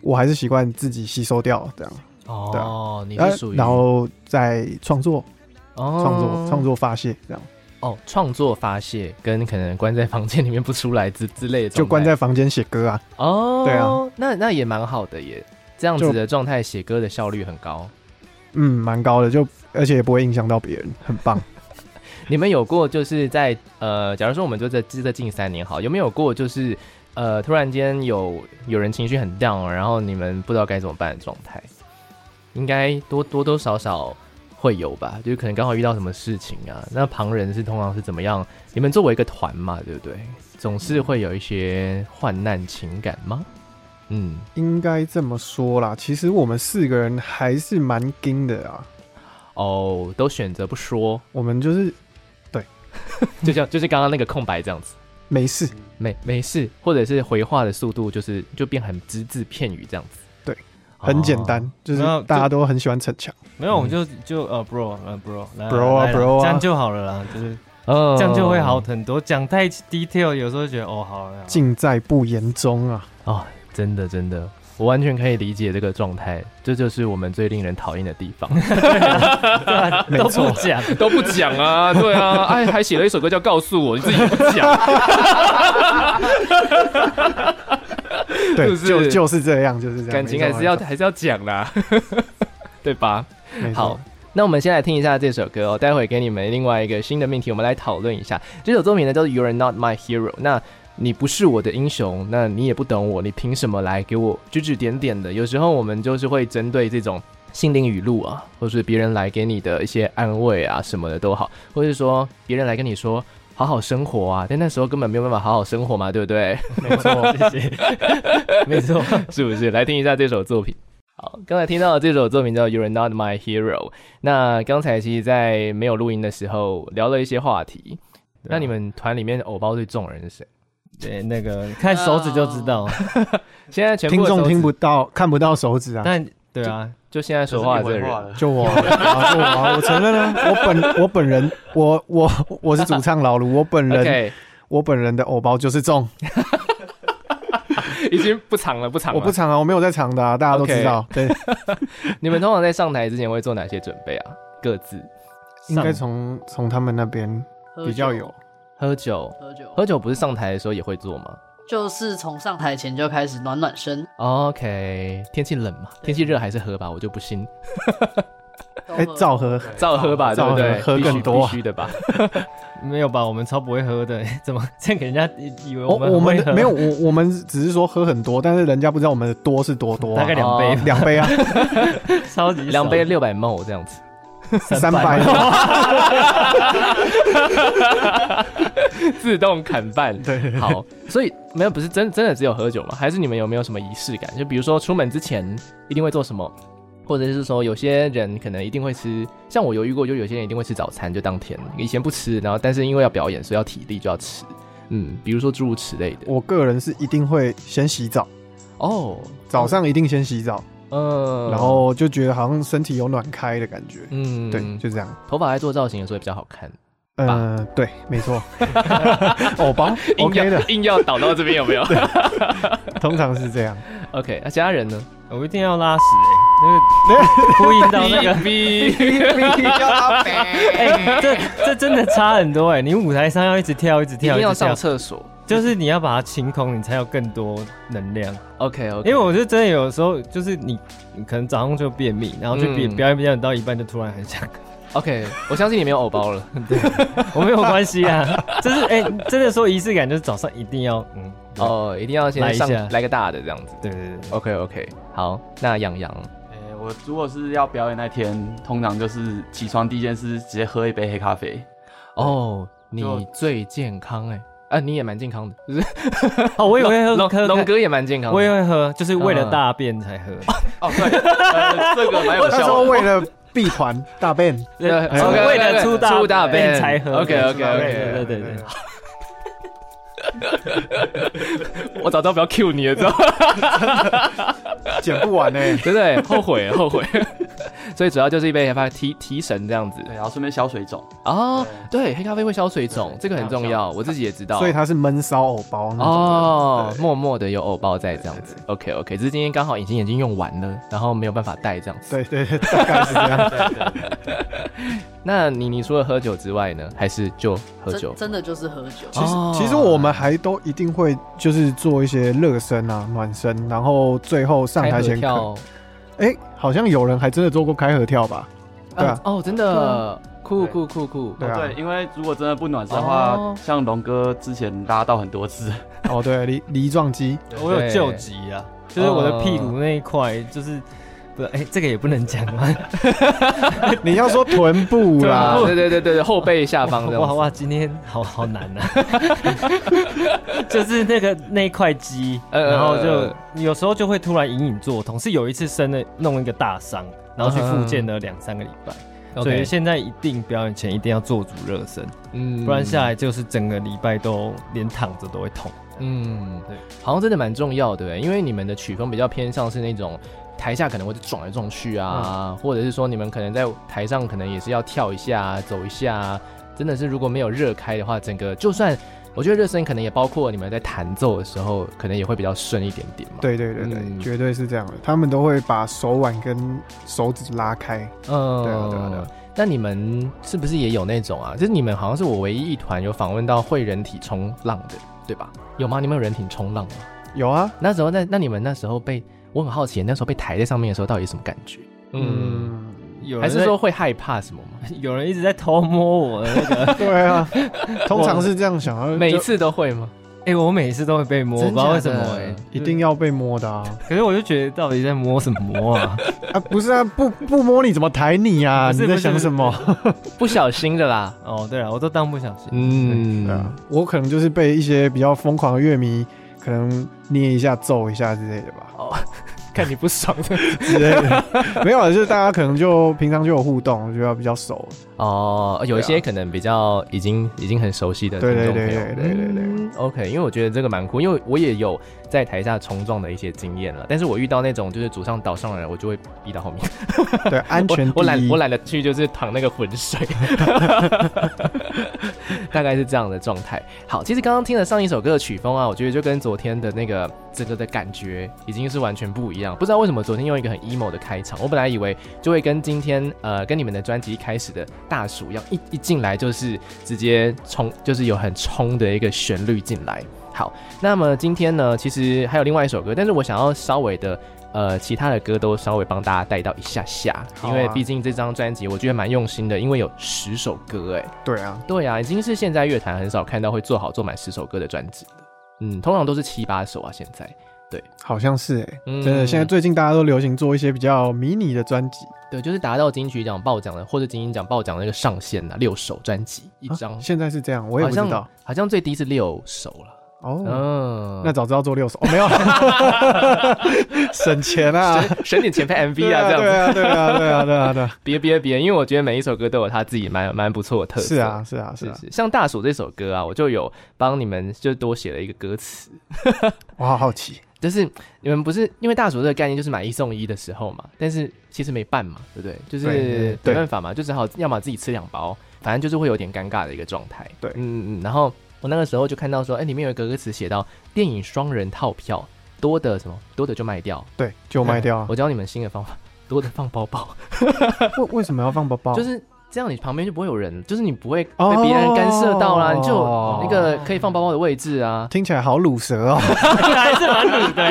我还是习惯自己吸收掉这样。
哦，你
呃
是属于哦
然后再创作、
创
创作、创作发泄这样。
哦，创作发泄跟可能关在房间里面不出来之之类的状态，
就关在房间写歌啊。
哦，
对啊，
那那也蛮好的耶，这样子
就
的状态写歌的效率很高。
嗯，蛮高的，就而且也不会影响到别人，很 棒。
你们有过就是在呃，假如说我们就在这近三年好，有没有过就是呃，突然间有有人情绪很 down，然后你们不知道该怎么办的状态？应该多多多少少会有吧，就是可能刚好遇到什么事情啊。那旁人是通常是怎么样？你们作为一个团嘛，对不对？总是会有一些患难情感吗？嗯，
应该这么说啦，其实我们四个人还是蛮硬的啊。
哦，都选择不说，
我们就是
就像就是刚刚那个空白这样子。
没事，
没没事，或者是回话的速度就是就变很只字片语这样子。
对，
哦
很简单，。就是
然后就
大家都很喜欢逞强。
没有，我就就呃 bro 呃 bro 来啦
bro 啊
来啦
bro 啊
这样就好了啦，就是
嗯
这样就会好很多。讲太 detail 有时候觉得哦好了，好了
尽在不言中 啊。
哦，真的真的，我完全可以理解这个状态，这就是我们最令人讨厌的地方，
对啊都不讲，
都不讲啊，对啊，哎，还写了一首歌叫《告诉我》，你自己不 讲，
对，
就是
就就是这样，就是这样。
感情还是要
没错
还是要讲啦， 对吧？
没错
好，那我们先来听一下这首歌哦，待会给你们另外一个新的命题，我们来讨论一下。这首作品呢叫做《You're Not My Hero》，那你不是我的英雄，那你也不懂我，你凭什么来给我指指点点的？有时候我们就是会针对这种心灵语录啊，或是别人来给你的一些安慰啊什么的都好，或是说别人来跟你说。好好生活啊！但那时候根本没有办法好好生活嘛，对不对？
没错，谢谢， 没错。
是不是？来听一下这首作品。好，刚才听到的这首作品叫《You're Not My Hero》。那刚才其实，在没有录音的时候聊了一些话题。
啊
那你们团里面的偶包最重的人是谁？
对那个看手指就知 道，
现在全部
听
的手
众
指
听不到，看不到手指啊。
但对啊，
就现在
这
说
是
话
你
的这个
回话
人，
了。
就我，啊就我啊，我承认 啊，我本我本人，我我我是主唱 老卢，我本人
OK，
我本人的偶包就是中，
已经不藏了，不藏了。
我不藏啊，我没有在藏的啊，大家都知道。对，
你们通常在上台之前会做哪些准备啊？各自
应该从从他们那边
喝
比较
酒
有，
喝酒，
喝酒，
喝酒不是上台的时候也会做吗
就是从上台前就开始暖暖身。
？OK，天气冷嘛，天气热还是喝吧，我就不 信。
都
哎，
喝
照喝，
照喝吧，对
照
不
喝
对？
喝
必须
更多啊
必须的吧。
没有吧？我们超不会喝的，怎么这样给人家以为
我
我们
哦我
很会
们
喝
没有，我我们只是说喝很多，但是人家不知道我们的多是多多啊，
大概两杯吧，
两杯啊，
超级少
两杯六百 ml 这样子。
三百，
自动砍半。
对，
好，所以没有不是真真的只有喝酒吗？还是你们有没有什么仪式感？就比如说出门之前一定会做什么，或者是说有些人可能一定会吃，像我犹豫过，就有些人一定会吃早餐，就当天以前不吃，然后但是因为要表演，所以要体力就要吃。嗯，比如说诸如此类的。
我个人是一定会先洗澡，
哦，
早上一定先洗澡，
嗯
然后就觉得好像身体有暖开的感觉，
嗯
对，就这样。
头发在做造型的时候也比较好看。
嗯，对，没错，偶包
硬
哦 OK
要
的，
硬要倒到这边有没 有
通常是这样。
？OK，那、家人呢？
我一定要拉屎哎、那个呼应到那个，
B
哎、这这真的差很多哎、你舞台上要一直跳，一直
一
跳，
定要
一直 跳
上，厕所。
就是你要把它清空，你才有更多能量。
OK OK，
因为我就真的有时候就是你，你可能早上就便秘，然后就表
嗯
表演表演到一半就突然很想，
OK，我相信你没有偶包 了。
我没有关系啊，就是哎、真的说仪式感就是早上一定要嗯，哦，
哦，一定要先
来一
上
下
来个大的这样子。
对对对对，
OK OK，好，那杨洋
哎我如果是要表演那天，通常就是起床第一件事直接喝一杯黑咖啡。
哦，你
就
最健康哎、啊，你也蛮健康的，就是
哦，我也会喝
龙
喝
龙哥也蛮健康的。
我也会喝，就是为了大便才喝。
哦，对，呃、这个蛮有
那时
效
候
的。
为了避 团大便，
对
呃
，OK，
为了出大
出大便
才喝。
OK，OK，OK
对对对对对，
我早知道不要 Q 你了，知道吗
剪不完呢。欸
对不对？后悔后悔。 所以主要就是一杯黑咖啡提提神这样子。
对，然后顺便消水肿。
哦，对，黑咖啡会消水肿，这个很重要，我自己也知道。
所以它是闷烧藕包那种。
哦，
对
默默的有偶包在这样子。OK OK，只是今天刚好隐形眼镜用完了，然后没有办法戴这样子。
对对对，大概是这样。
那你你除了喝酒之外呢，还是就喝酒
真？真的就是喝酒。
其实
哦
其实我们还都一定会就是做一些热身啊、暖身，然后最后上
开
台
合
前可，
跳
哎，好像有人还真的做过开合跳吧？对啊
啊，哦，真的酷酷酷酷。
对啊
对，因为如果真的不暖身的话，
哦
像龙哥之前拉到很多次，
哦，对，梨梨撞击，
我有救急啊，就是我的屁
哦
股那一块，就是不，哎，这个也不能讲啊。
你要说臀 部啦，
啊，对对对对对，后背下方这
哇
样
哇
子。
哇，今天好好难啊！ 就是那个那一块肌，
呃
然后
呃
就有时候就会突然隐隐作痛，是有一次生了弄一个大伤，然后去复健了两三个礼拜。所以
嗯 OK，
现在一定表演前一定要做足热身，
嗯
不然下来就是整个礼拜都连躺着都会痛。
嗯，对
对，
好像真的蛮重要的欸，因为你们的曲风比较偏向是那种台下可能会撞来撞去
嗯
啊，或者是说你们可能在台上可能也是要跳一下、啊、走一下、啊，真的是如果没有热开的话，整个就算我觉得热身可能也包括你们在弹奏的时候，可能也会比较顺一点点嘛。，
对对对对，
嗯
绝对是这样的。他们都会把手腕跟手指拉开，
嗯
对啊对啊对啊。
那你们是不是也有那种啊？就是你们好像是我唯一一团有访问到会人体冲浪的，对吧？有吗？你们有人体冲浪吗？
有啊，
那时候那那你们那时候被我很好奇，那时候被抬在上面的时候到底是什么感觉？嗯，
嗯，
有人
还是
在
说会害怕什么吗？
有人一直在偷摸我的那个？
对啊，通常是这样想，要
每
就
次都会吗？
哎、嗯我每次都会被摸，我
真
不知道为
假
什
的
么哎、
一定要被摸的啊！
嗯
可是我就觉得到底在摸什么摸啊？
啊，不是啊，不不摸你怎么抬你啊？
不是
你在想什么？
不小心的啦。
哦，对了，我都当不小心。
嗯，
对啊，我可能就是被一些比较疯狂的乐迷可能捏一下、揍一下之类的吧，
看你不爽的。
之类的。 没有啊，就是大家可能就平常就有互动，就要比较熟。
哦，有一
对
些可能比较已经已经很熟悉的
对
听
对
众
对
朋友
对对对对。
嗯 OK，因为我觉得这个蛮酷，因为我也有在台下冲撞的一些经验了，但是我遇到那种就是主上岛上的人，我就会逼到后面。
对，安全
我我
第
懒
一
我懒得去，就是淌那个浑水， 大概是这样的状态。好，其实刚刚听了上一首歌的曲风啊，我觉得就跟昨天的那个整个的感觉已经是完全不一样。不知道为什么昨天用一个很 emo 的开场，我本来以为就会跟今天呃跟你们的专辑一开始的大暑一样，一一进来就是直接冲，就是有很冲的一个旋律进来。好，那么今天呢，其实还有另外一首歌，但是我想要稍微的呃，其他的歌都稍微帮大家带到一下下，
好啊
因为毕竟这张专辑我觉得蛮用心的，因为有十首歌哎，
对啊，
对啊，已经是现在乐坛很少看到会做好做满十首歌的专辑了嗯，通常都是七八首啊，现在，
好像是哎，
嗯，
真的，现在最近大家都流行做一些比较迷你的专辑。
对，就是达到金曲奖爆奖的或者金鹰奖爆奖的那个上限呐、六首专辑一张，
啊现在是这样，我也
好
不知
像
道
好像最低是六首了，
哦。
嗯，
那早知道做六首，哦没 有啦， 省钱啊！
嗯省省点钱拍 MV 啊，这样
对
子，
啊，对啊，对啊，对啊， 对啊，
别别别，因为我觉得每一首歌都有他自己蛮蛮不错的特色，
是啊，是啊，是
是
啊，
是，像《大暑》这首歌啊，我就有帮你们就多写了一个歌词，
我好好奇，
就是你们不是因为《大暑》这个概念就是买一送一的时候嘛，但是其实没办嘛，对不对？就是
对对
没
对
办法嘛，就只好要么自己吃两包，反正就是会有点尴尬的一个状态。
对
嗯嗯嗯。然后我那个时候就看到说，哎，里面有一个歌词写到电影双人套票多的什么多的就卖掉，
对，就卖掉啊。
我教你们新的方法，多的放包包。
为为什么要放包包？
就是这样，你旁边就不会有人，就是你不会被别人干涉到啦，
哦。
你就有那个可以放包包的位置啊
听起来好卤舌哦。
还是蛮努的、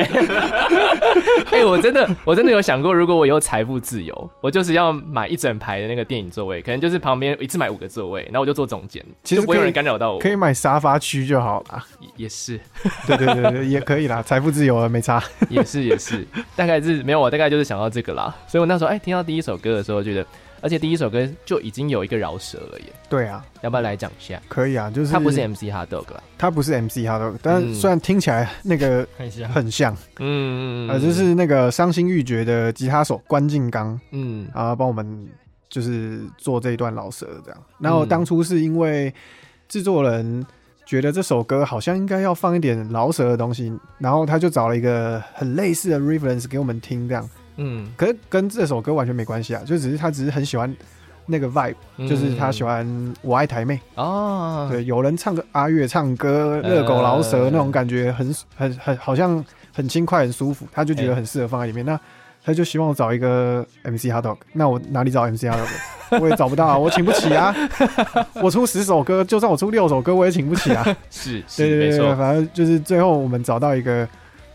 哎、我真的，我真的有想过，如果我以后财富自由，我就是要买一整排的那个电影座位，可能就是旁边一次买五个座位，然后我就坐中间，
其实
就不会有
可以
人干扰到我。
可以买沙发区就好啦。
也也是，
对对对对，也可以啦，财富自由了没差。
也是，也是，大概是没有，我大概就是想到这个啦。所以我那时候哎、听到第一首歌的时候，觉得，而且第一首歌就已经有一个饶舌了耶，
对啊，
要不要来讲一下？
可以啊，就是
它不是 MC Hard Dog 啦，
它不是 MC 哈的，但
嗯
虽然听起来那个
看一下，
很像，
嗯
呃，就是那个伤心欲绝的吉他手关敬刚
嗯
啊，帮我们就是做这一段老舌这样。然后当初是因为制作人觉得这首歌好像应该要放一点老舌的东西，然后他就找了一个很类似的 reference 给我们听这样。
嗯，
可是跟这首歌完全没关系啊，就只是他只是很喜欢那个 vibe，、就是他喜欢我爱台妹，
嗯哦，
对，有人唱歌阿月唱歌，
呃
热狗饶舌那种感觉很，很很好像很轻快很舒服，他就觉得很适合放 在里面。那他就希望我找一个 MC Hot Dog，那我哪里找 MC Hot Dog？我也找不 到啊，我请不起啊！我出十首歌，就算我出六首歌，我也请不起啊！
是 是
对对
没
对对，
错，
反正就是最后我们找到一个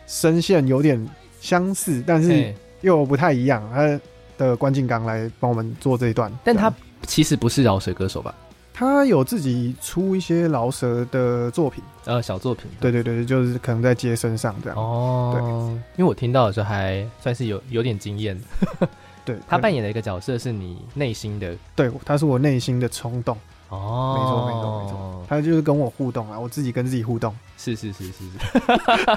声线有点相似，但是
哎
又不太一样，他的关敬刚来帮我们做这一段。
但
这
他
样
其实不是饶舌歌手吧？
他有自己出一些饶舌的作品，
呃，小作品，
对对对，就是可能在街身上这样。
哦，因为我听到的时候还算是有有点惊艳。
对，
他扮
演
演的一个角色是你内心的
对，他是我内心的冲动，
哦，
没错没错没
错，
他就是跟我互动啊，我自己跟自己互动。
是是是是是，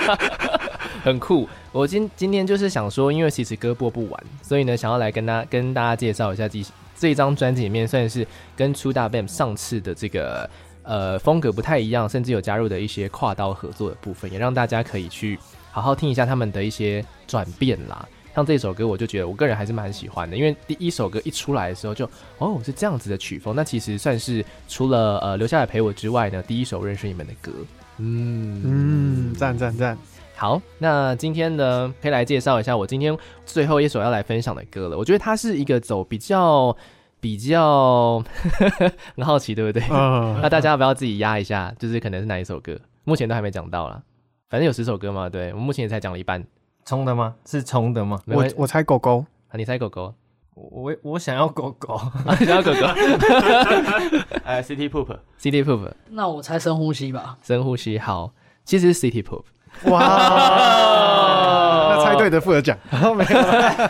很酷。我今今天就是想说，因为其实歌播不完，所以呢，想要来跟大跟大家介绍一下这这张专辑里面算是跟初大 BAM 上次的这个呃风格不太一样，甚至有加入的一些跨刀合作的部分，也让大家可以去好好听一下他们的一些转变啦。像这首歌，我就觉得我个人还是蛮喜欢的，因为第一首歌一出来的时候就哦是这样子的曲风，那其实算是除了呃留下来陪我之外呢，第一首认识你们的歌。嗯
嗯，赞赞赞，
好，那今天呢，可以来介绍一下我今天最后一首要来分享的歌了。我觉得它是一个走比较比较 很好奇，对不对？
嗯
那大家要不要自己压一下？就是可能是哪一首歌，目前都还没讲到啦。反正有十首歌嘛，对我目前也才讲了一半。
冲的吗？是冲的吗？
没关
我
系
我猜狗狗，
啊你猜狗 狗，
我我我想要狗狗，
啊、你猜狗狗
哎，City Poop，
，City Poop，
那我猜深呼吸吧。
深呼吸，好，其实是 City Poop，
哇，那猜对的负责奖。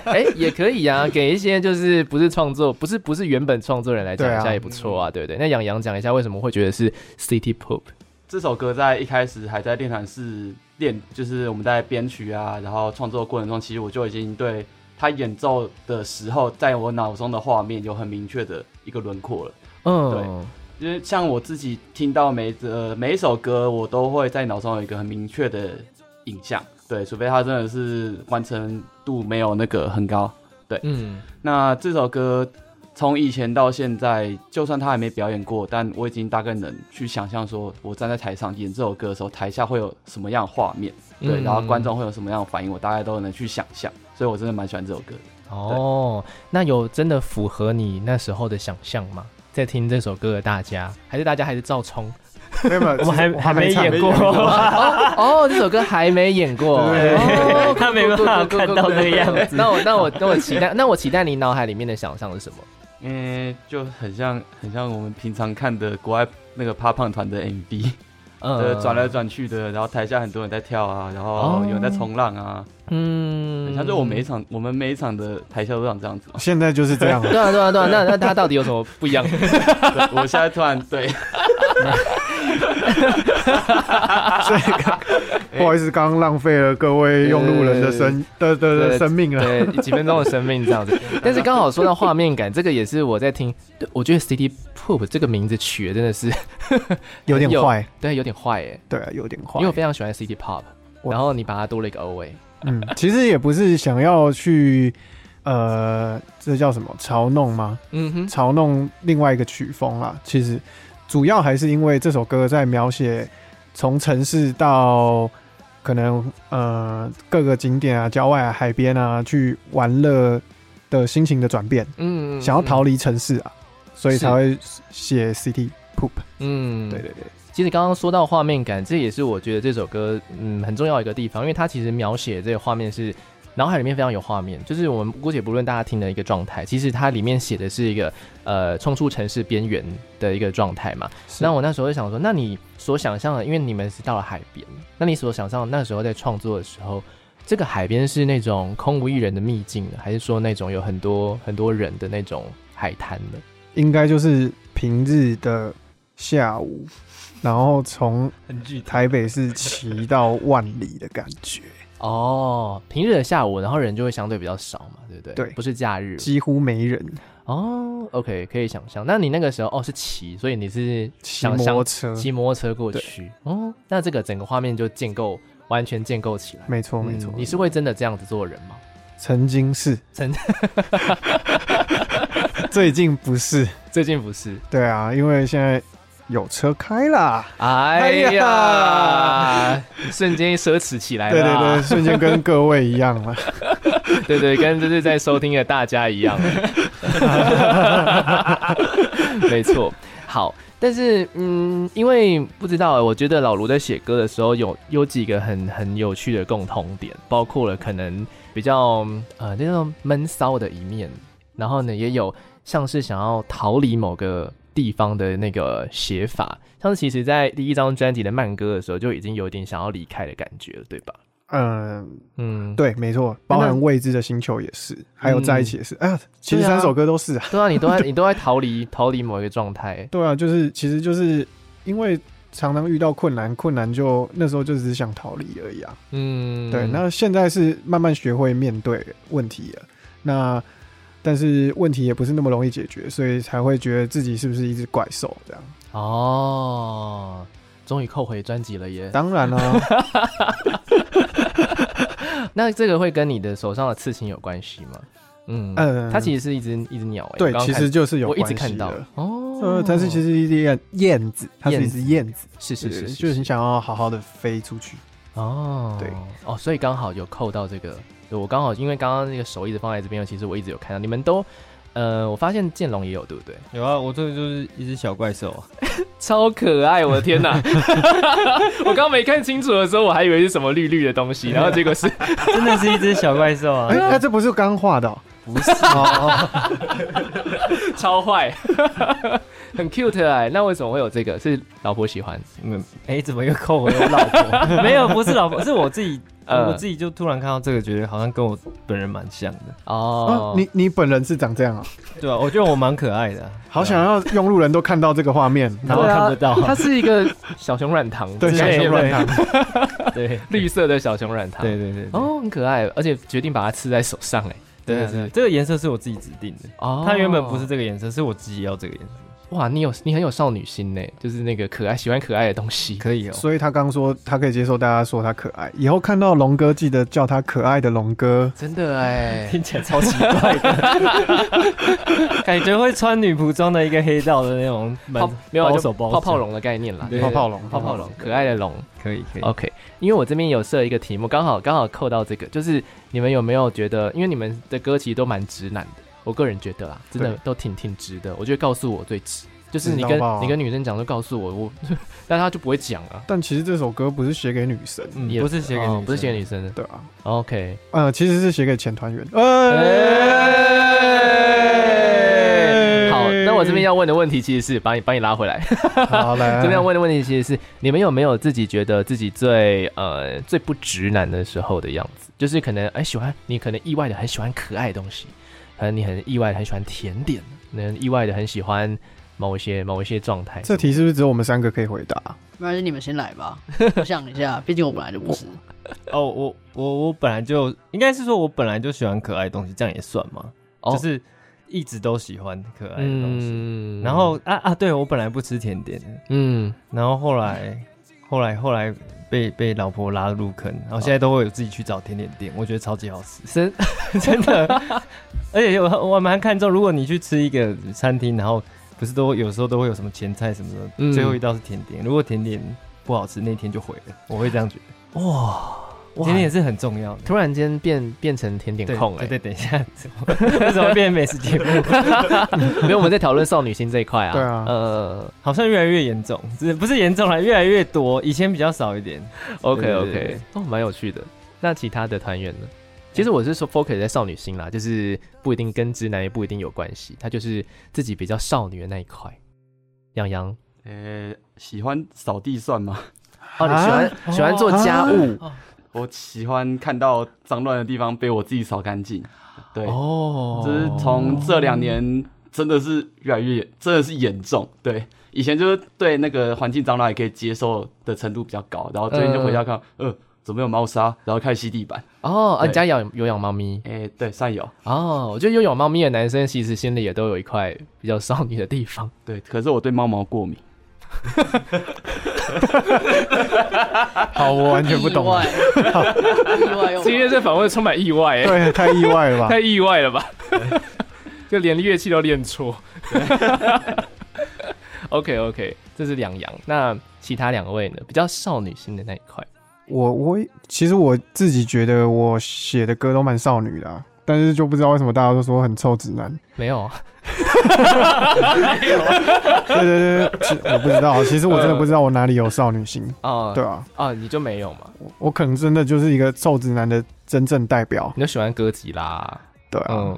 哎、也可以啊，给一些就是不是创作，不是不是原本创作人来讲一
对
下
啊
也不错啊，对不对？那杨洋讲一下为什么会觉得是 City Poop，
这首歌在一开始还在练团室练，就是我们在编曲啊，然后创作过程中，其实我就已经对他演奏的时候，在我脑中的画面有很明确的一个轮廓了。
嗯，
因为像我自己听到每呃每一首歌，我都会在脑中有一个很明确的影像。对，除非它真的是完成度没有那个很高。
嗯，
那这首歌从以前到现在，就算他还没表演过，但我已经大概能去想象，说我站在台上演这首歌的时候，台下会有什么样的画面，对，
嗯
然后观众会有什么样的反应，我大概都能去想象。所以我真的蛮喜欢这首歌的。
哦，那有真的符合你那时候的想象吗？在听这首歌的大家，还是大家还是照 冲？
没有没有，
我还
其实我
还没
唱。
演过，
哦，这首歌还没演过， 哦
他没办法看到那个样子。
那我那我那我期待，那我期待你脑海里面的想象是什么？
嗯，就很像很像我们平常看的国外那个趴胖团的 MV，呃，转来，转去的，然后台下很多人在跳啊，然后有人在冲浪啊，
嗯
很像就我每一场我们每一场的台下都长这样子嘛
现在就是这 样了。
对啊对啊对啊，那那它到底有什么不一 样？
对我现在突然对，
不好意思，刚刚浪费了各位用路人的生的的
对
的生命了。
对，几分钟的生命这样子。但是刚好说到画面感，这个也是我在听，对我觉得 City Pop 这个名字取的真的是，
有点坏，
对，有点坏哎，
对啊，有点坏
因为。我非常喜欢 City Pop，
我
然后你把它多了一个 O A，
嗯，其实也不是想要去，呃，这叫什么嘲弄吗？
嗯哼，
嘲弄另外一个曲风啦。其实主要还是因为这首歌在描写从城市到可能呃各个景点啊、郊外啊、海边啊去玩乐的心情的转变，
嗯
想要逃，离城市啊，所以才会写 City Poop。
嗯，
对对对，
其实刚刚说到画面感，这也是我觉得这首歌嗯很重要一个地方，因为它其实描写这个画面是脑海里面非常有画面，就是我们姑且不论大家听的一个状态，其实它里面写的是一个呃冲出城市边缘的一个状态嘛。
是
那我那时候就想说，那你所想象的，因为你们是到了海边，那你所想象的那时候在创作的时候，这个海边是那种空无一人的秘境呢，还是说那种有很多很多人的那种海滩呢？
应该就是平日的下午，然后从
很具体，
台北市骑到万里的感觉，
哦，平日的下午，然后人就会相对比较少嘛，对不对？
对
不是假日
几乎没人
哦。OK，可以想象。那你那个时候哦是骑，所以你是
骑
想
摩
象
托车。
骑摩托车过去哦。那这个整个画面就建构完全建构起来，嗯
没错，没错
嗯。你是会真的这样子做的人吗？
曾经是，
曾
最近不是。
最近不是，
对啊，因为现在有车开啦。
哎
哎
呀， 瞬间奢侈起来
对对对，
了，啊
瞬间跟各位一样了。
对对对，跟就是在收听的大家一样，没错。好，但是嗯，因为不知道，我觉得老卢在写歌的时候有有几个很很有趣的共同点，包括了可能比较呃那种闷骚的一面，然后呢也有像是想要逃离某个地方的那个写法，像是其实在第一张专辑的慢歌的时候就已经有点想要离开的感觉了，对吧？
嗯，
嗯，
对，没错，包含未知的星球也是，还有在一起也是。哎呀，其实
对啊
三首歌都是啊。
对啊，你都在你 都在逃离逃离某一个状态，
对啊，就是其实就是因为常常遇到困难，困难就那时候就只是想逃离而已啊。
嗯，
对，那现在是慢慢学会面对问题了。那但是问题也不是那么容易解决，所以才会觉得自己是不是一只怪兽这样。
哦，终于扣回专辑了耶。
当然了、啊
那这个会跟你的手上的刺青有关系吗？嗯
嗯
它其实是一只一只鸟欸，
对
我，刚刚
其
看
实就是有
我一直
关系
看到
的
哦，
呃，但是其实一只燕燕子，它是一只燕子，
是是
对
是
就是你想要好好的飞出去。
哦，
对
哦，所以刚好有扣到这个，对我刚好因为刚刚那个手一直放在这边，其实我一直有看到你们都。呃，我发现剑龙也有，对不对？
有啊，我这个就是一只小怪兽啊，
超可爱，我的天哪！ 我刚没看清楚的时候，我还以为是什么绿绿的东西，然后结果是
真的是一只小怪兽啊
哎、，那这不是刚画的哦、
不是哦
超坏，很 cute 哎、那为什么会有这个？是老婆喜欢？
嗯，哎、怎么又扣回我 老呃婆？ 没有，不是老婆，是我自 己，
嗯
我自己就突然看到这个，觉得好像跟我本人蛮像的，
哦
啊，你你本人是长这样啊、
对啊，我觉得我蛮可爱的啊、
好想要用路人都看到这个画面，
然后
对啊
看不到
它是一个 小熊软糖
对，
之
想
类的，
说乱看。
对 对
绿色的小熊软糖，
对对对，对
哦，很可爱，而且决定把它刺在手上哎、
对对对，这个颜色是我自己指定的，
哦，
它原本不是这个颜色，是我自己要这个颜色，
哇，你有你很有少女心呢、就是那个可爱，喜欢可爱的东西。
可以哦。
所以他刚说他可以接受大家说他可爱，以后看到龙哥记得叫他可爱的龙哥。
真的哎、
听起来超奇怪的， 感觉会穿女仆装的一个黑道的那种门
泡没有啊
包
就
手包手
泡泡龙的概念啦，
对
泡泡龙，
泡泡龙，可爱的哦龙。
可以可以。
OK，因为我这边有设一个题目，刚好刚好扣到这个，就是你们有没有觉得，因为你们的歌其实都蛮直男的，我个人觉得啦，真的
对
都挺挺直的。我觉得告诉我最直，就是你
直到
跟
爆啊
你跟女生讲就告诉我，我， 但她就不会讲啊，
但其实这首歌不是写给女神，
嗯
也
不是写给
哦
你，
不是写给女生的。
对啊，
OK，
呃，其实是写给前团员。 哎，
哎好，那我这边要问的问题其实是把你把你拉回来，
好来，
这边要问的问题其实是你们有没有自己觉得自己最呃最不直男的时候的样子？就是可能哎、喜欢你可能意外的很喜欢可爱的东西，可能你很意外的很喜欢甜点，可能意外的很喜欢某一些某一些状态。
这题是不是只有我们三个可以回答？
没关系，你们先来 吧。我想一下，毕竟我本来就不是。
哦，我我我本来就应该是说，我本来就喜欢可爱的东西，这样也算吗？
哦
就是一直都喜欢可
哦
爱的东西。
嗯
然后啊啊，对我本来不吃甜点的，
嗯，
然后后来后来后来被被老婆拉入坑，然后现在都会有自己去找甜点店，我觉得超级好吃
是
真的。而且我我蛮看重，如果你去吃一个餐厅，然后不是都有时候都会有什么前菜什么的，
嗯
最后一道是甜点，如果甜点不好吃，那天就毁了，我会这样觉得。
哇哇
甜点也是很重要的。
突然间变变成甜点
对
控哎、
欸
对对，等一下，怎么为什么变成美食 节目？
没有我们在讨论少女心这一块啊。
对啊
呃
好像越来越严重，只是不是严重啊了，越来越多，以前比较少一点。
，OK
对
OK，哦，蛮有趣的。那其他的团员呢？其实我是说 focus 在少女心啦，就是不一定跟直男也不一定有关系，他就是自己比较少女的那一块。杨洋，
呃、喜欢扫地算吗？
哦，你喜
啊
欢、喜欢做家务
我喜欢看到脏乱的地方被我自己扫干净。对，
哦，
就是从这两年真的是越来越，真的是严重。对，以前就是对那个环境脏乱也可以接受的程度比较高，然后最近就回家看，
嗯
呃，怎么有猫砂，然后开始吸地板。
哦，啊，
对
你家养有养猫咪
哎、对，算有。
哦，我觉得有养猫咪的男生其实心里也都有一块比较少女的地方。
对，可是我对猫毛过敏。
好，我完全不懂
意。 外，意外又
今天这访问充满意外、欸，
对，太意外了吧
太？意外了吧？就连乐器都练 错。OK OK，这是两阳。那其他两位呢？比较少女心的那一块，
我我其实我自己觉得我写的歌都蛮少女的啊、但是就不知道为什么大家都说很臭直男。
没有啊？
对对对对，其我不知道，啊其实我真的不知道我哪里有少女 心。
哦、
对啊，
啊，你就没有嘛？
我我可能真的就是一个臭直男的真正代表。
你就喜欢歌吉啦。
对啊，
嗯，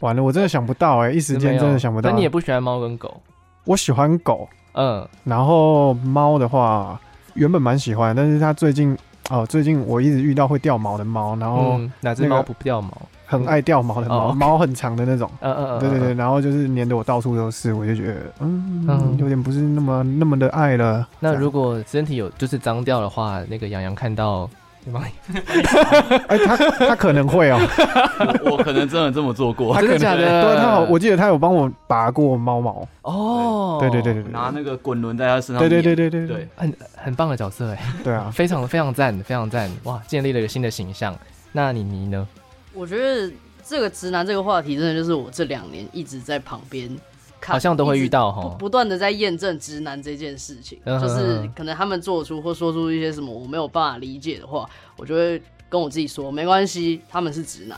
完了，我真的想不到哎、一时
没
间
有
真的想不到。
那你也不喜欢猫跟狗？
我喜欢狗，
嗯，
然后猫的话，原本蛮喜欢，但是它最近哦、最近我一直遇到会掉毛的猫，然后
嗯哪只
哦那个
猫不掉毛？
很爱掉毛的
哦
猫，
，OK
毛很长的那种。
嗯嗯嗯，
对对对，
嗯。
然后就是粘得我到处都是，我就觉得嗯，
嗯
有点不是那么那么的爱了。
那如果身体有就是脏掉的话，那个洋洋看到，对吗？
哎、它他他可 能会哦、
我我可能真的这么做过
真，的假的？
对他好，我记得他有帮我拔过猫毛。
哦，
对对对对对，
拿那个滚轮在他身上
对
碾。
对对对对
对
对，
很很棒的角色哎，
对啊，
非常非常赞，非常赞，哇，建立了一个新的形象。那你你呢？
我觉得这个直男这个话题，真的就是我这两年一直在旁边看，
好像都会遇到
一直
吼
不不断的在验证直男这件事情，
嗯
就
嗯
是
嗯
可能他们做出或说出一些什么我没有办法理解的话，我就会跟我自己说没关系，他们是直 男，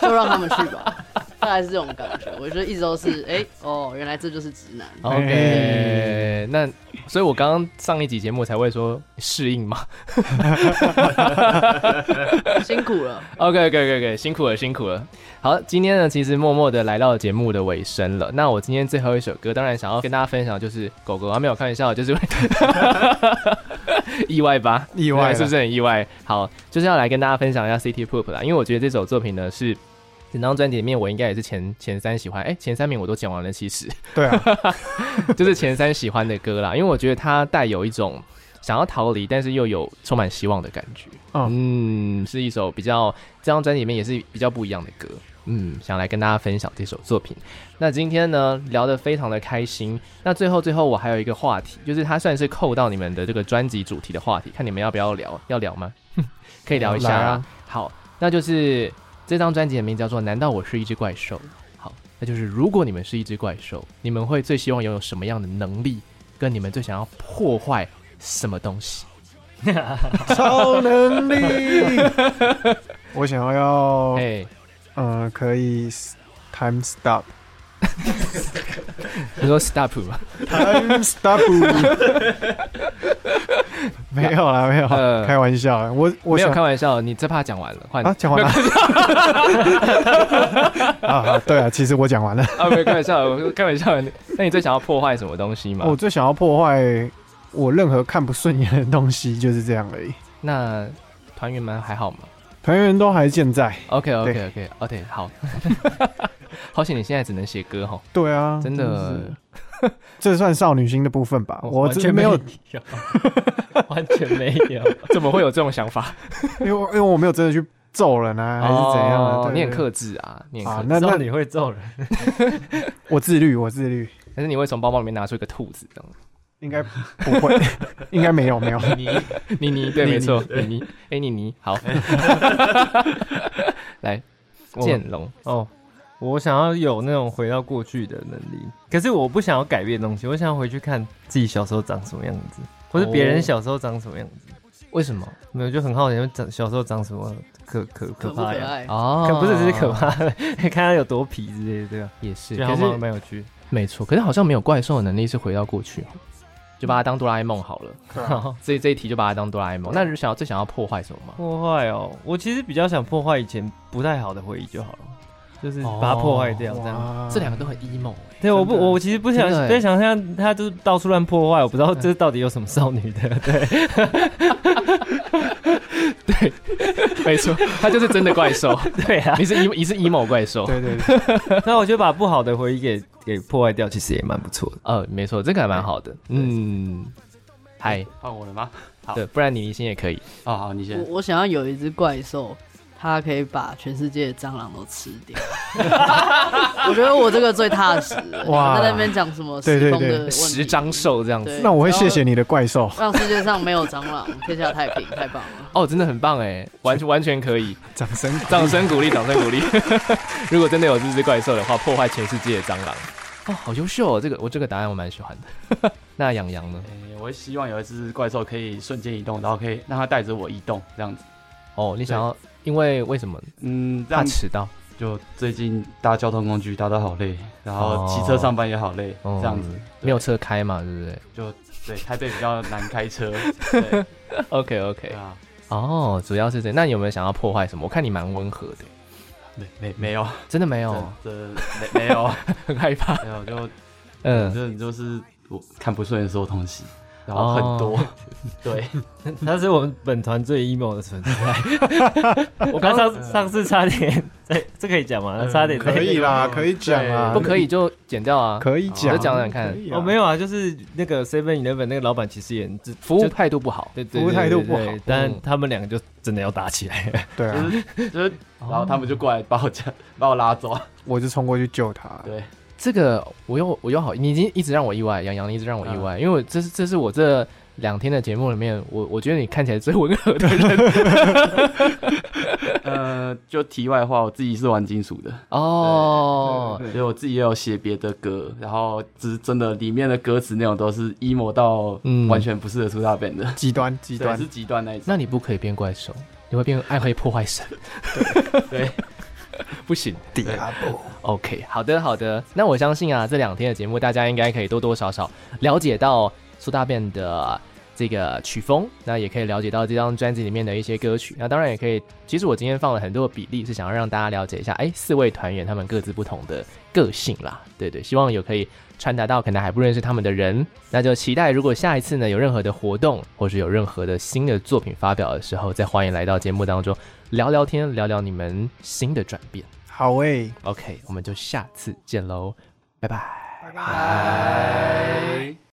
就让他们去吧。大概是这种感觉，我觉得一直都是，哎、哦，原来这就是直男。
OK，那所以，我刚刚上一集节目才会说适应嘛。
辛苦了。
OK，OK，OK，、辛苦了，辛苦了。好，今天呢，其实默默的来到节目的尾声了。那我今天最后一首歌，当然想要跟大家分享，就是狗狗啊，没有开玩笑，就是 意外吧？
意外了
是不是很意外？好，就是要来跟大家分享一下《City Pop》啦，因为我觉得这首作品呢是。整张专辑里面，我应该也是前前三喜欢，哎、前三名我都讲完了，其实
对啊，
就是前三喜欢的歌啦，因为我觉得它带有一种想要逃离，但是又有充满希望的感觉。
嗯，
嗯，是一首比较这张专辑里面也是比较不一样的歌。嗯，想来跟大家分享这首作品。那今天呢，聊得非常的开心。那最后最后，我还有一个话题，就是它算是扣到你们的这个专辑主题的话题，看你们要不要聊，要聊吗？ 可以聊一下
来
啊
啊。
好，那就是这张专辑的名字叫做《难道我是一只怪兽》。好，那就是如果你们是一只怪兽，你们会最希望拥有什么样的能力，跟你们最想要破坏什么东西？
超能力。我想 要，
哎、
嗯、可以 s- time stop
你说 stop 吗？
time stop。没有啦，没有
呃
啦，开玩笑啦。我我
没有
想
开玩笑，你这怕讲完了，换
啊，讲完了。 啊，好对啊，其实我讲 完了。
啊， 没有开玩笑，我开玩笑。那你最想要破坏什么东西吗？
我最想要破坏我任何看不顺眼的东西，就是这样而已。
那团员们还好吗
团员都还健在。
？OK OK OK，哦对，好， 好险你现在只能写歌哦 哈，
对啊，
真的哦
是， 这算少女心的部分吧？我
完
真的
全
没有，
有，完全没有。
怎么会有这种想法？
因为我因为我没有真的去揍人啊，还是怎样啊？
哦
对
你很
对
克制啊，你很
啊
克？制。
那
知道
那
你会揍人，
我自律，我自律，
但是你会从包包里面拿出一个兔子这样，
应该不会， 应该没有没有。
妮妮，对，没错，妮妮，哎，妮妮，好，来，
我
剑龙，
哦，我想要有那种回到过去的能力，可是我不想要改变东西，我想要回去看自己小时候长什么样子，或是别
哦
人小时候长什么样子。
为什么？
没有，就很好奇，长小时候长什么可可
可
可
不可
怕呀？
爱？
哦
可不是，只是可，怕， 看他有多皮之类的，对吧？
也是，
对，
可
好像
是
蛮有趣。
没错，可是好像没有怪兽的能力是回到过去哦，就把它当哆啦 A 梦好了。所 以这一题就把它当哆啦 A 梦。那你想要最想要破坏什么吗？
破坏哦，我其实比较想破坏以前不太好的回忆就好了，就是把它破坏掉这样。
哇
这两个都很 emo，欸
对，我不，
真的
我其实不想
真的欸
在想象他就是到处乱破坏，我不知道这到底有什么少女的。 对，
没错，他就是真的怪兽。
对啊。
你是 emo，你是 emo 怪兽。
对对 对，
那我觉得把不好的回忆给给破坏掉，其实也蛮不错的。
呃，没错，这个还蛮好的。嗯，嗨，
换我了吗？好
对，不然你明星也可以。
哦，好，你先
我。我想要有一只怪兽，他可以把全世界的蟑螂都吃掉。我觉得我这个最踏实了。
哇
哇，在那边讲什么
对
时
对
空
对
的问题
十张兽这样子
对
那我会谢谢你的怪兽。
让世界上没有蟑螂，天下太平，太棒了。
哦，真的很棒哎，完全完全可以，
掌 声！
掌声鼓励，掌声鼓励。 如果真的有这只怪兽的话，破坏全世界的蟑螂，哦，好优秀哦，这个我这个答案我蛮喜欢的。 那养羊呢？
诶我会希望有一只怪兽可以瞬间移动，然后可以让它带着我移动这样子。
哦，你想要，因为为什么
嗯，这
怕
样
迟到？
就最近搭交通工具搭到好累，然
哦
后骑车上班也好累，
哦
这样子
没有车开嘛，对不对
就对台北比较难开车，对
？OK
对
OK，
啊，
哦，主要是这样。那你有没有想要破坏什么？我看你蛮温和的，
没没没有，
真的没有
这，这没没有
很害怕。
没有，就
嗯，
这就是我看不顺眼的所有东西，然后很多， 对，
他是我们本团最 emo 的存在。 我刚上上次差点在，这可以讲吗？差点在
可以啦，可以讲啊，
嗯不可以就剪掉啊。
可以
我
讲，
就讲讲看
可以啊
哦，没有啊，就是那个 Seven Eleven 那个老板其实也很自
服务
就
态度不好，
对对
服务态度不好
对对对但
嗯
他们两个就真的要打起来了。
对啊，
就是
哦
然后他们就过来把我叫把我拉走，
我就冲过去救他。
对，
这个我又我又好，你已经一直让我意外，杨洋你一直让我意外，因为我这是这是我这两天的节目里面，我我觉得你看起来最温和的人
呃，就题外话，我自己是玩金属的，
哦。
所以我自己也有写别的歌，然后只是真的里面的歌词内容都是 emo 到
嗯
完全不适合出大本的，
极端极
极
端
是，极端那一种。
那你不可以变怪兽，你会变爱会破坏神，
对，
不行。
底下不
OK，好的好的，那我相信啊，这两天的节目大家应该可以多多少少了解到苏大便的这个曲风，那也可以了解到这张专辑里面的一些歌曲，那当然也可以，其实我今天放了很多的比例，是想要让大家了解一下，哎，四位团员他们各自不同的个性啦，对对，希望有可以传达到可能还不认识他们的人，那就期待如果下一次呢有任何的活动，或是有任何的新的作品发表的时候，再欢迎来到节目当中聊聊天，聊聊你们新的转变。
好诶，
OK，我们就下次见喽，拜拜。
拜拜。